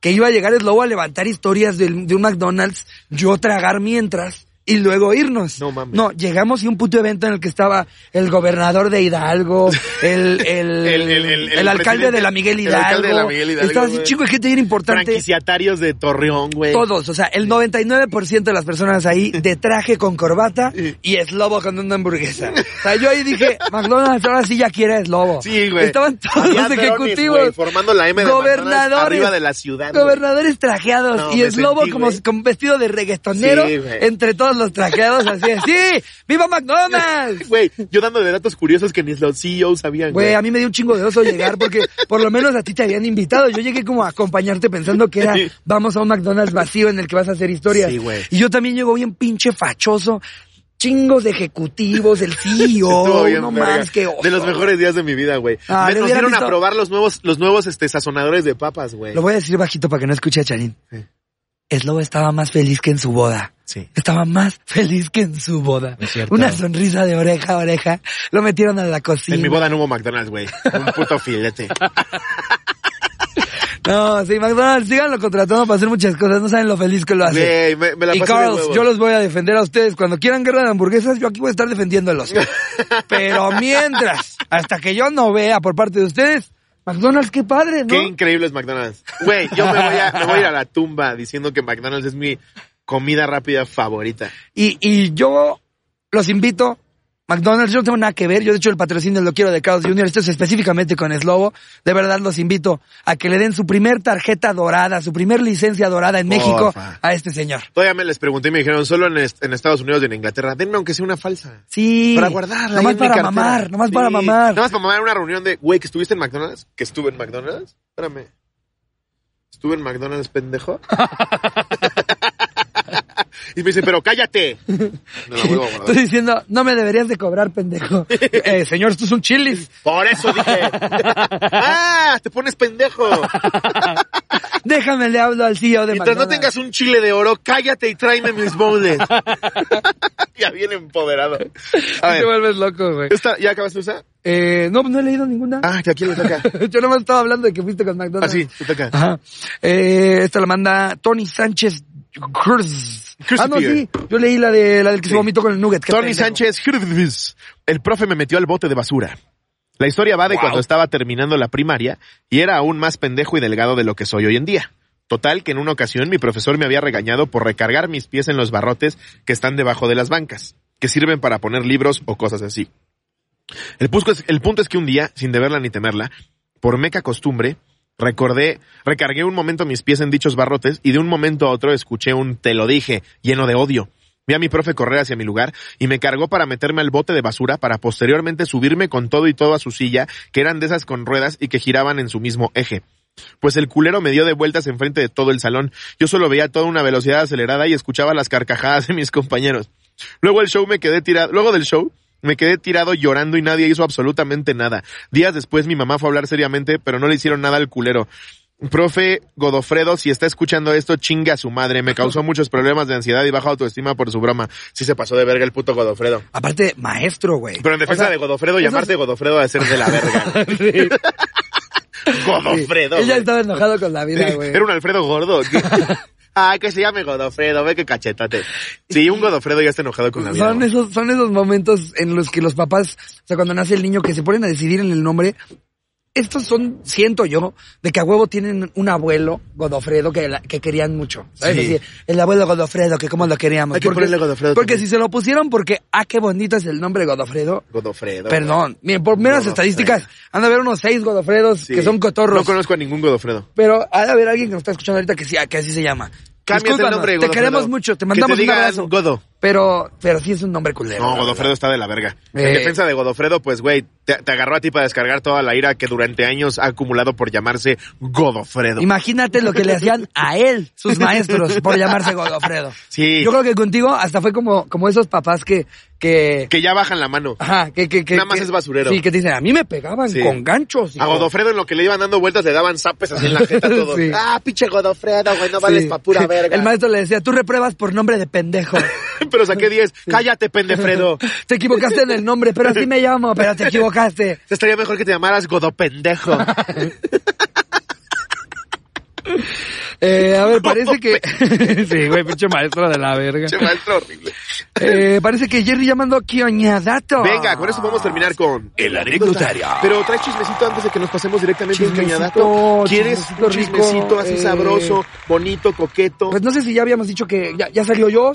que iba a llegar el lobo a levantar historias del- de un McDonald's, yo tragar mientras y luego irnos.
No mames.
No, llegamos y un puto evento en el que estaba el gobernador de Hidalgo, el, el,
El- el- el- el
el alcalde
presidente-
de la Miguel
el
Hidalgo.
alcalde de la Miguel Hidalgo,
Estaba así,
güey.
chico, hay gente bien importante.
Franquiciatarios de Torreón, güey.
Todos, o sea, el 99% de las personas ahí de traje con corbata y es lobo con una hamburguesa. O sea, yo ahí dije, McDonald's ahora sí ya quiere es lobo.
Sí, güey.
Estaban todos
Había
los
drones,
ejecutivos.
güey, formando la M de McDonald's
gobernadores.
arriba de la ciudad, güey.
Gobernadores trajeados
No,
y
me
es lobo
sentí,
como
güey.
con vestido de reggaetonero
Sí, güey.
entre todos los trajeados así. de, ¡Sí! ¡Viva McDonald's!
Güey, yo dando de datos curiosos que ni los CEOs sabían,
Güey, a mí me dio un chingo de oso llegar porque por lo menos a ti te habían invitado. Yo llegué como a acompañarte pensando que era vamos a un McDonald's vacío en el que vas a hacer historias.
Sí, güey.
y yo también llego bien pinche fachoso. Chingos de ejecutivos, el
Estuvo
CEO,
bien
no
verga.
más que oso.
De los mejores días de mi vida, güey.
Ah,
Me-
le
nos
hubiera
dieron
visto-
a probar los nuevos, los nuevos este, sazonadores de papas, güey.
Lo voy a decir bajito para que no escuche a Charín.
Sí.
Slobo estaba más feliz que en su boda.
Sí.
Estaba más feliz que en su boda.
Es cierto.
Una sonrisa de oreja a oreja. Lo metieron a la cocina.
En mi boda no hubo McDonald's, güey. Un puto filete.
No, sí, McDonald's, síganlo contratando para hacer muchas cosas. No saben lo feliz que lo hace.
Güey, me, me la
Y
pasé de
Carlos,
huevo.
yo los voy a defender a ustedes. Cuando quieran guerra de hamburguesas, yo aquí voy a estar defendiéndolos. Pero mientras, hasta que yo no vea por parte de ustedes, McDonald's, qué padre, ¿no?
Qué increíble es McDonald's. Güey, yo me voy, a, me voy a ir a la tumba diciendo que McDonald's es mi comida rápida favorita.
Y, y yo los invito. McDonald's, yo no tengo nada que ver. Yo, de hecho, el patrocinio lo quiero de Carlos Jr. Esto es específicamente con Slobo. De verdad, los invito a que le den su primer tarjeta dorada, su primer licencia dorada en México
Porfa.
a este señor.
Todavía me les pregunté y me dijeron, solo en, est- en Estados Unidos y en Inglaterra, denme aunque sea una falsa.
Sí.
Para
Nomás
guardarla. ahí en mi
para
cartera.
mamar, nomás para
Sí.
mamar.
Nomás para mamar en una reunión de, güey, que estuviste en McDonald's, que estuve en McDonald's. Espérame. Estuve en McDonald's, pendejo. y me dice, pero cállate. No la vuelvo a
Estoy
guardar.
diciendo, no me deberías de cobrar, pendejo. Eh, señor, esto es un chilis.
Por eso dije. ¡Ah! Te pones pendejo.
Déjame le hablo al CEO de
Mientras no
McDonald's.
tengas un chile de oro, cállate y tráeme mis bowls. ya bien empoderado. A
Te
ver,
vuelves loco, güey.
esta, ¿ya acabaste usa?
Eh, no, no he leído ninguna.
Ah, que aquí le toca.
Yo nomás estaba hablando de que fuiste con McDonald's.
Así, te toca.
Ajá. Eh, esta la manda Tony Sánchez Cruz.
Cruz
Ah, no,
Peter.
sí. Yo leí la de la del que
Sí.
se vomitó con el nugget. qué
Tony
pendejo.
Sánchez, Hrvdvs. el profe me metió al bote de basura. La historia va de
Wow.
cuando estaba terminando la primaria y era aún más pendejo y delgado de lo que soy hoy en día. Total que en una ocasión mi profesor me había regañado por recargar mis pies en los barrotes que están debajo de las bancas, que sirven para poner libros o cosas así. El, pusco es- el punto es que un día, sin deberla ni temerla, por meca costumbre, recordé, recargué un momento mis pies en dichos barrotes y de un momento a otro escuché un te lo dije, lleno de odio. Vi a mi profe correr hacia mi lugar y me cargó para meterme al bote de basura para posteriormente subirme con todo y todo a su silla, que eran de esas con ruedas y que giraban en su mismo eje. Pues el culero me dio de vueltas enfrente de todo el salón. Yo solo veía a toda una velocidad acelerada y escuchaba las carcajadas de mis compañeros. Luego el show me quedé tirado, luego del show me quedé tirado llorando y nadie hizo absolutamente nada. Días después mi mamá fue a hablar seriamente, pero no le hicieron nada al culero. Profe Godofredo, si está escuchando esto, chinga a su madre. Me causó muchos problemas de ansiedad y baja autoestima por su broma. Sí se pasó de verga el puto Godofredo.
Aparte, maestro, güey.
Pero en defensa
O sea,
de Godofredo,
esos-
llamarte Godofredo a ser de la verga.
Sí.
Godofredo.
Ella
güey.
estaba enojado con la vida, güey.
Era un Alfredo gordo. Ay, que se llame Godofredo, ve que cachetote. Sí, un Godofredo ya está enojado con la vida.
Son
güey.
esos, son esos momentos en los que los papás, o sea, cuando nace el niño, que se ponen a decidir en el nombre. Estos son, siento yo, de que a huevo tienen un abuelo, Godofredo, que, la- que querían mucho. ¿Sabes?
Sí.
Así, el abuelo Godofredo, que como lo queríamos.
Hay que ponerle Godofredo
Porque
también.
si se lo pusieron porque, ah, qué bonito es el nombre Godofredo.
Godofredo.
Perdón, miren, por meras
Godofredo.
estadísticas, han de haber unos seis Godofredos
Sí.
que son cotorros.
No conozco a ningún Godofredo.
Pero ha de haber alguien que nos está escuchando ahorita que, sí, que así se llama.
Cámbiate el
Discúlpanos,
nombre,
Te
Godofredo.
queremos mucho,
Que te
te mandamos un
digan
abrazo.
Godo.
Pero, pero sí es un nombre culero.
No,
la
Godofredo está de la verga.
Eh.
En defensa de Godofredo, pues, güey, te, te agarró a ti para descargar toda la ira que durante años ha acumulado por llamarse Godofredo.
Imagínate lo que le hacían a él, sus maestros, por llamarse Godofredo.
Sí.
Yo creo que contigo hasta fue como, como esos papás que, que,
Que ya bajan la mano.
ajá, que, que, que-
Nada más
que-
es basurero.
Sí, que te dicen, a mí me pegaban
Sí.
con ganchos.
A
hijo".
Godofredo en lo que le iban dando vueltas le daban zapes así en la jeta a todos.
Sí.
Ah, pinche Godofredo, güey, no
Sí.
vales pa' pura verga.
El maestro le decía, tú repruebas por nombre de pendejo.
Pero saqué 10. Cállate, pendefredo.
te equivocaste en el nombre, pero así me llamo, pero te equivocaste.
Estaría mejor que te llamaras Godopendejo.
Eh, a ver, parece que... sí, güey, pinche maestro de la verga.
Che, maestro horrible.
Eh, parece que Jerry llamando aquí oñadato.
Venga, con eso vamos a terminar con
El anecdotario.
Pero trae chismecito antes de que nos pasemos directamente al
Chismecito,
cañadato. ¿Quieres
chismecito
un chismecito
rico,
así
eh.
sabroso, bonito, coqueto?
Pues no sé si ya habíamos dicho que ya, ya salió yo.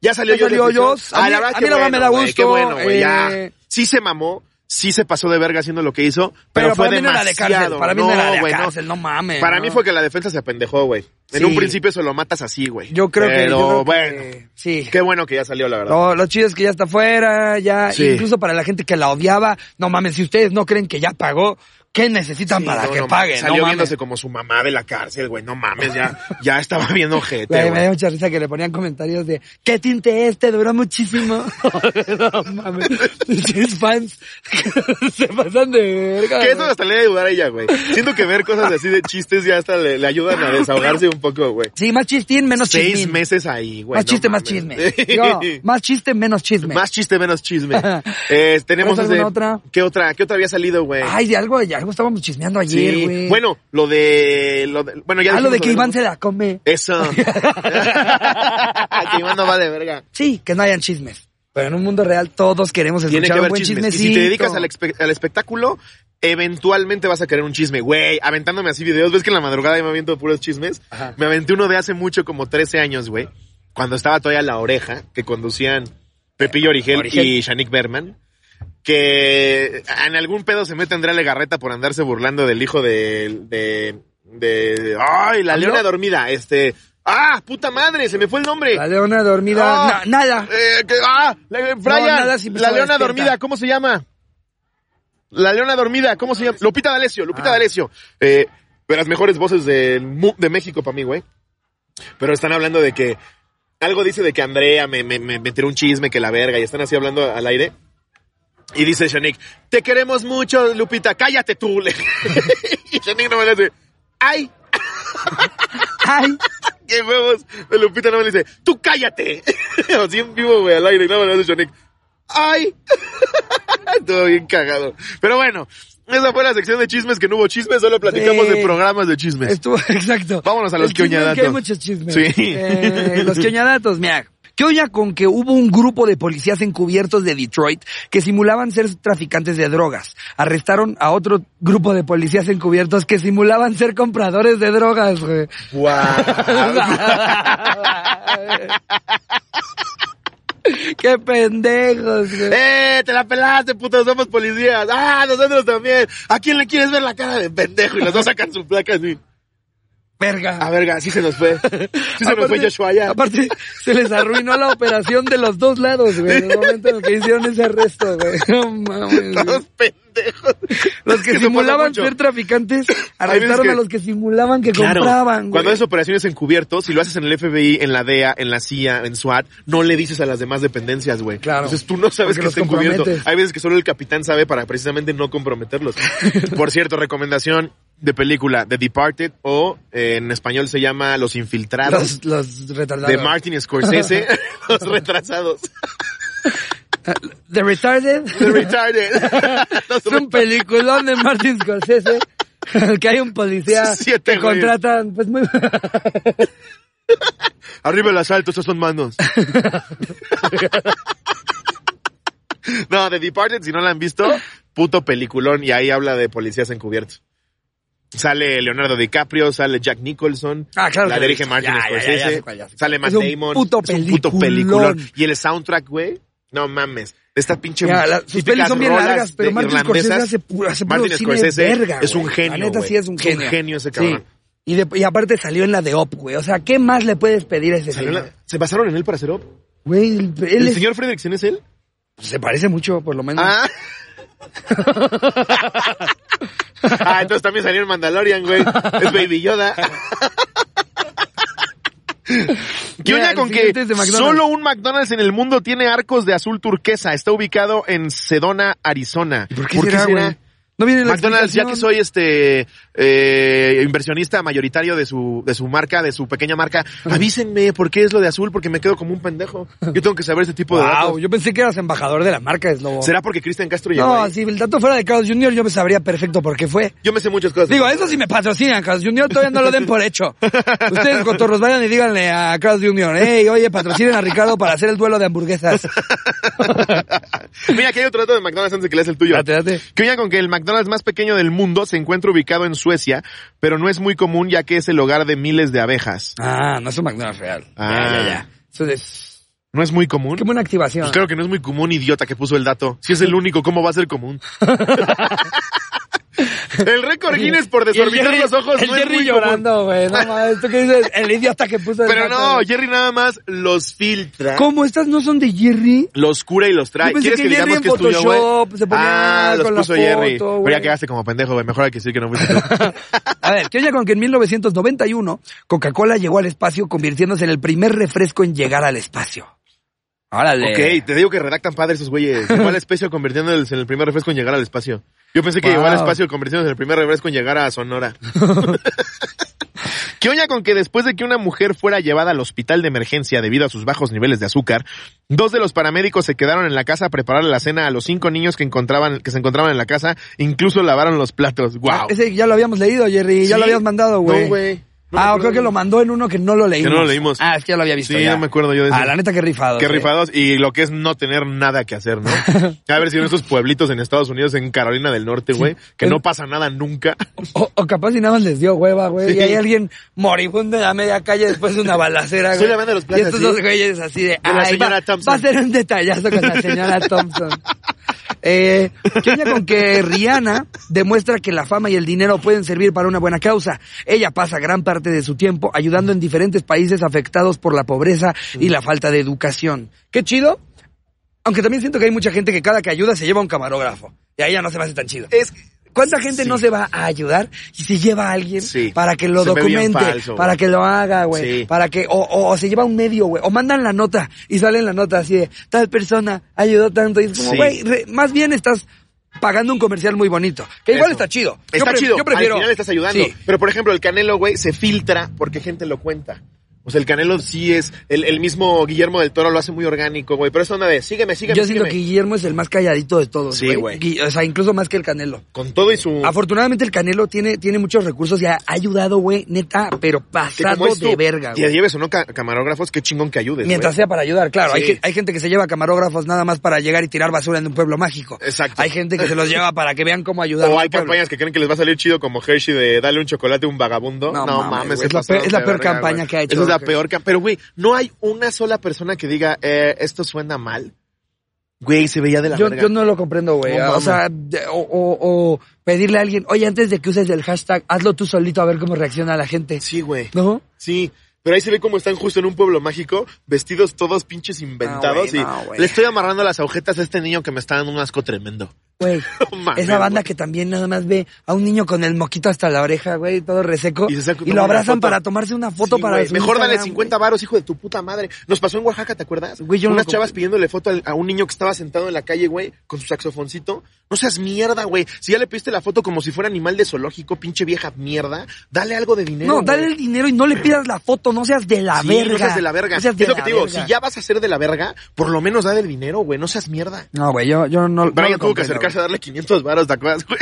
ya salió
ya
yo.
salió
de prisión.
yo. A
Ah,
mí-
la verdad
a
que
mí la verdad
bueno,
me da
güey,
gusto,
Qué bueno, güey, ya.
eh.
Sí se mamó, sí se pasó de verga haciendo lo que hizo, pero,
Pero
fue
para mí no era de
demasiado.
cárcel. Para mí no era de
güey,
cárcel, no mames,
Para
no.
mí fue que la defensa se apendejó, güey. En
Sí.
un principio se lo matas así, güey.
Yo creo que-
Pero
yo creo que-
bueno,
sí.
qué bueno que ya salió, la verdad.
Lo, lo chido es que ya está fuera, ya,
Sí.
incluso para la gente que la odiaba, no mames, si ustedes no creen que ya pagó, ¿qué necesitan
Sí,
para
no,
que
no,
pague?
Salió
no mames.
viéndose como su mamá de la cárcel, güey. No mames, ya, ya estaba viendo
Güey,
ojete,
me dio
güey.
mucha risa que le ponían comentarios de ¿Qué tinte este? Duró muchísimo. no mames. Pinches fans se pasan de verga.
Que eso
güey.
hasta le ayudar a ella, güey. Siento que ver cosas así de chistes ya hasta le, le ayudan a desahogarse un un poco, güey.
Sí, más chistín, menos
Seis
chismín.
meses ahí, güey.
más
no
chiste, más chisme.
mames.
Digo, más chiste, menos chisme.
Más chiste, menos chisme. Eh, tenemos
¿Traes alguna
desde-
otra?
¿Qué otra? ¿Qué otra había salido, güey?
Ay, de algo, de algo estábamos chismeando ayer,
Sí.
güey.
Bueno, lo de, lo de- bueno, ya
Ah, lo
dijimos
de que Iván se la come.
Eso. que Iván no va de verga.
Sí, que no hayan chismes. Pero en un mundo real todos queremos escuchar
Tiene que
un
haber
buen
chismes.
chismecito.
Y si te dedicas al, espe- al espectáculo, eventualmente vas a querer un chisme. Güey, aventándome así videos. ¿Ves que en la madrugada yo me aviento puros chismes?
Ajá.
Me aventé uno de hace mucho, como 13 años, güey. Cuando estaba todavía La Oreja, que conducían Pepillo Origel,
Origel.
y Shanique Berman. Que en algún pedo se mete Andrea Legarreta por andarse burlando del hijo de... de, de- ¡Ay, la
¿Habló?
leona dormida! Este... ¡Ah, puta madre! Se me fue el nombre.
La leona dormida.
No.
na- nada.
Eh, que- ah, la, Brian,
nada, sí,
la
estaba
leona
despierta.
dormida, ¿cómo se llama? La leona dormida, ¿cómo se llama? Lupita D'Alessio, Lupita
Ah.
D'Alessio. Eh, de las mejores voces del mu- de México para mí, güey. Pero están hablando de que... Algo dice de que Andrea me, me, me, me tiró un chisme, que la verga, y están así hablando al aire. Y dice Shanique, te queremos mucho, Lupita, cállate tú. le- y Shanique no me dice, ay,
Ay,
¡Qué huevos! De Lupita no me dice, ¡tú cállate! Así en vivo, güey, al aire. Y nada más le hace Shonique, ¡ay! Todo bien cagado. Pero bueno, esa fue la sección de chismes que no hubo chismes, solo platicamos
Sí.
de programas de chismes.
estuvo exacto.
Vámonos a
El
los
chisme es
queuñadatos.
que hay muchos chismes.
Sí.
Eh, los queuñadatos, mira. ¿Qué oña con que hubo un grupo de policías encubiertos de Detroit que simulaban ser traficantes de drogas? Arrestaron a otro grupo de policías encubiertos que simulaban ser compradores de drogas, güey. ¡Qué pendejos, güey!
¡Eh! ¡Te la pelaste, puto! ¡Somos policías! ¡Ah! ¡Nosotros también! ¿A quién le quieres ver la cara de pendejo? Y los dos sacan su placa así.
¡Verga!
¡Ah, verga! ¡Sí se nos fue! ¡Sí se nos fue Joshua ya!
aparte, se les arruinó la operación de los dos lados, güey. En el momento en el que hicieron ese arresto, güey. No mames, güey.
¡Todos pendejos!
Los
Es
que
se pasa
simulaban
mucho.
ser traficantes
Hay veces
arrestaron
que-
a los que simulaban que
Claro,
compraban, güey.
Cuando haces operaciones encubiertos, si lo haces en el FBI, en la DEA, en la CIA, en SWAT, no le dices a las demás dependencias, güey.
Claro.
Entonces tú no sabes
Porque
que
los
está encubierto.
comprometes.
Hay veces que solo el capitán sabe para precisamente no comprometerlos. Por cierto, recomendación de película The Departed o eh, en español se llama Los Infiltrados.
los, los retardados.
De Martin Scorsese, los retrasados.
The Retarded.
The retarded. Los
es un peliculón de Martin Scorsese. que hay un policía
Siete
que
güeyes.
contratan, pues muy...
Arriba el asalto, estos son manos. no, The Departed, si no la han visto, puto peliculón. Y ahí habla de policías encubiertos. Sale Leonardo DiCaprio, sale Jack Nicholson.
Ah, claro
La
que
dirige
lo he visto.
Martin
Ya, ya, ya,
Scorsese.
ya sé cuál, ya sé cuál.
sale Matt
Es un
Damon.
puto
es un puto
peliculón.
peliculón. Y el soundtrack, güey. No mames. Esta pinche.
Ya, la- sus
típicas
pelis son bien
rolas
largas, pero
de
Martin
irlandesas.
Scorsese hace puro, hace puro
Martin
cine
Scorsese
verga,
es un
güey.
genio.
La neta
güey.
sí es un genio.
genio ese cabrón.
Sí. Y, de- y aparte salió en la de Op, güey. O sea, ¿qué más le puedes pedir a ese
Salió
señor?
la- ¿Se basaron en él para hacer op?
Güey, él
¿El
es-
señor Fredrickson es él?
se parece mucho, por lo menos.
Ah. ah, entonces también salió en Mandalorian, güey. Es Baby Yoda. ¿Qué
Mira,
oña
el
con que
siguiente es de McDonald's.
solo un McDonald's en el mundo tiene arcos de azul turquesa? Está ubicado en Sedona, Arizona.
¿Por qué será, güey? No viene la
McDonald's, ya que
explicación.
soy este eh, inversionista mayoritario de su, de su marca, de su pequeña marca, avísenme por qué es lo de azul, porque me quedo como un pendejo. Yo tengo que saber ese tipo de
Wow,
datos.
yo pensé que eras embajador de la marca, es lobo.
¿Será porque Cristian Castro llegó
No,
ahí?
si el dato fuera de Carlos Junior, yo me sabría perfecto por qué fue.
Yo me sé muchas cosas.
Digo, eso sí me patrocinan, Carlos Junior, todavía no lo den por hecho. Ustedes, cotorros, vayan y díganle a Carlos Junior, hey, oye, patrocinen a Ricardo para hacer el duelo de hamburguesas.
Mira, aquí hay otro dato de McDonald's antes de que leas el tuyo.
Date, date.
Que oigan con que el McDonald's más pequeño del mundo se encuentra ubicado en Suecia, pero no es muy común ya que es el hogar de miles de abejas.
Ah, no es un McDonald's real.
Ah.
Ya, ya, ya. Eso es...
¿No es muy común?
Qué buena activación.
Pues claro que no es muy común, idiota, que puso el dato. Si es el único, ¿cómo va a ser común? el récord Guinness por
Y el
desorbitar
Jerry-
los ojos
el
no es
Jerry
muy común.
llorando, güey. No mames, ¿tú qué dices? El idiota que puso el
Pero
dato,
no,
güey.
Jerry nada más los filtra.
¿Cómo? ¿Estas no son de Jerry?
Los cura y los trae.
Yo pensé
¿Quieres
que
que, digamos
Jerry
que es
en
tuyo,
Photoshop
güey?
se ponía
ah, los
con la
puso Jerry.
foto,
Pero
güey.
ya quedaste como pendejo, güey. Mejor hay que decir que no fuiste tú.
A ver, que oye con que en 1991 Coca-Cola llegó al espacio convirtiéndose en el primer refresco en llegar al espacio. Órale.
Ok, te digo que redactan padre esos güeyes. Llegó al espacio convirtiéndoles en el primer refresco en llegar al espacio. Yo pensé que
Wow.
llegó al espacio convirtiéndose en el primer refresco en llegar a Sonora. que oña con que después de que una mujer fuera llevada al hospital de emergencia debido a sus bajos niveles de azúcar, dos de los paramédicos se quedaron en la casa a preparar la cena a los cinco niños que encontraban, que se encontraban en la casa, incluso lavaron los platos. Wow.
Ah, Ese ya lo habíamos leído, Jerry. Ya
Sí.
lo habíamos mandado, güey.
No, güey. No me
ah,
acuerdo.
creo que lo mandó en uno que no lo leímos.
no lo leímos.
Ah, es que ya lo había visto.
Sí,
ya.
no me acuerdo yo de eso.
Ah, la neta, qué rifado.
Qué
güey.
rifados y lo que es no tener nada que hacer, ¿no? A ver si en esos pueblitos en Estados Unidos, en Carolina del Norte, güey, que no pasa nada nunca.
O, o capaz si nada más les dio hueva, güey.
Sí.
Y hay alguien moribundo en la media calle después de una balacera,
Soy
güey.
la banda de los
y
Plaza,
estos
¿sí?
dos güeyes así de...
la
"Ay,
señora
va-
Thompson".
Va a ser un detallazo con la señora Thompson. eh, ¿Qué onda con que Rihanna demuestra que la fama y el dinero pueden servir para una buena causa? Ella pasa gran parte de su tiempo ayudando en diferentes países afectados por la pobreza y la falta de educación. Qué chido. Aunque también siento que hay mucha gente que cada que ayuda se lleva un camarógrafo. Y ahí ya no se me hace tan chido.
Es
¿Cuánta gente no se va a ayudar y se lleva a alguien
Sí.
para que lo
Se ve bien
documente,
falso,
para
güey.
que lo haga, güey,
Sí.
para que o, o- o se lleva un medio, güey, o mandan la nota y sale en la nota así de tal persona ayudó tanto y es como,
Sí.
güey, re- más bien estás pagando un comercial muy bonito, que Eh, igual
Eso.
está chido. Yo
Está
pre-
chido.
Yo prefiero
Al final estás ayudando.
Sí.
Pero por ejemplo, el Canelo, güey, se filtra porque gente lo cuenta. O sea, el Canelo sí es el, el mismo Guillermo del Toro lo hace muy orgánico, güey. Pero eso onda de sígueme, sígueme.
Yo siento que
sígueme.
Guillermo es el más calladito de todos,
Sí,
güey.
güey.
Gui- O sea, incluso más que el Canelo.
con todo y su
Afortunadamente el Canelo tiene, tiene muchos recursos y ha ayudado, güey, neta, pero
que
pasado
es
de
tu-
verga,
Te
güey.
lleves o no ca- camarógrafos, qué chingón que ayudes.
Mientras
güey.
sea para ayudar, claro. Hay,
Sí.
ge- hay gente que se lleva camarógrafos nada más para llegar y tirar basura en un pueblo mágico.
Exacto.
Hay gente que se los lleva para que vean cómo ayudar.
O
a
hay
un pueblo.
campañas que creen que les va a salir chido como Hershey de darle un chocolate a un vagabundo.
No
No,
mames, güey,
mames. se
es la
pasaron
peor- es la
de
peor
verga,
campaña
güey.
que ha hecho
Esa es la
Hershey.
peor campaña. Pero, güey, no hay una sola persona que diga, eh, esto suena mal. Güey, se veía de la
Yo,
verga.
yo no lo comprendo, güey.
No
o sea, de- o, o- o pedirle a alguien, oye, antes de que uses el hashtag, hazlo tú solito a ver cómo reacciona la gente.
Sí, güey.
¿No?
Sí. Pero ahí se ve cómo están justo en un pueblo mágico, vestidos todos pinches inventados.
Ah, güey,
y
no, güey.
le estoy amarrando las agujetas a este niño que me está dando un asco tremendo.
Güey.
No mames,
Esa banda
güey.
que también nada más ve a un niño con el moquito hasta la oreja, güey, todo reseco.
Y
Y,
se saca-
lo
toma una
abrazan
foto.
para tomarse una foto
Sí,
para.
güey.
su
Mejor dale
Instagram,
50 varos, hijo de tu puta madre. Nos pasó en Oaxaca, ¿te acuerdas?
Güey, yo no
Unas
lo
chavas pidiéndole foto al- a un niño que estaba sentado en la calle, güey, con su saxofoncito. No seas mierda, güey. Si ya le pediste la foto como si fuera animal de zoológico, pinche vieja mierda, dale algo de dinero.
No, dale
güey.
el dinero y no le pidas la foto, no seas de la
Sí,
verga.
No seas de la verga.
No seas de
es lo que
la
te digo,
verga.
si ya vas a ser de la verga, por lo menos da el dinero, güey. No seas mierda.
No, güey, yo, yo no. no
Brian
lo
tuvo que
comprendo,
acercarse a darle 500 varos, ¿te acuerdas, güey?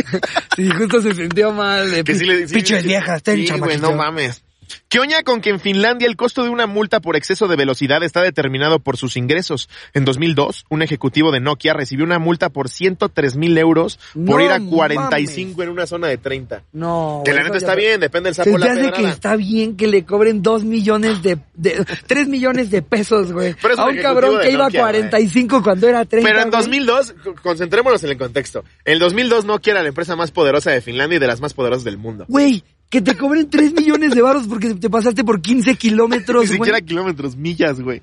Sí, justo se sintió mal. De
que sí le sí,
Pinches
sí,
viejas, ten
sí, güey,
chamaquito.
no mames. ¿Qué oña con que en Finlandia el costo de una multa por exceso de velocidad está determinado por sus ingresos? En 2002, un ejecutivo de Nokia recibió una multa por 103 mil euros por
No
ir a 45 en una zona de 30.
No.
que la
güey,
neta
eso
está
ya-
bien, depende del sapo
Se
o
te
la
hace que
pedrada.
está bien que le cobren dos millones de, de tres millones de pesos, güey.
Pero es un
A un
ejecutivo
cabrón
de
que iba a
Nokia,
45 cuando era 30.
Pero en
güey.
2002, co- concentrémonos en el contexto. En 2002 Nokia era la empresa más poderosa de Finlandia y de las más poderosas del mundo.
Güey, que te cobren tres millones de baros porque te pasaste por 15 kilómetros,
Ni
pues, güey.
siquiera kilómetros, millas, güey.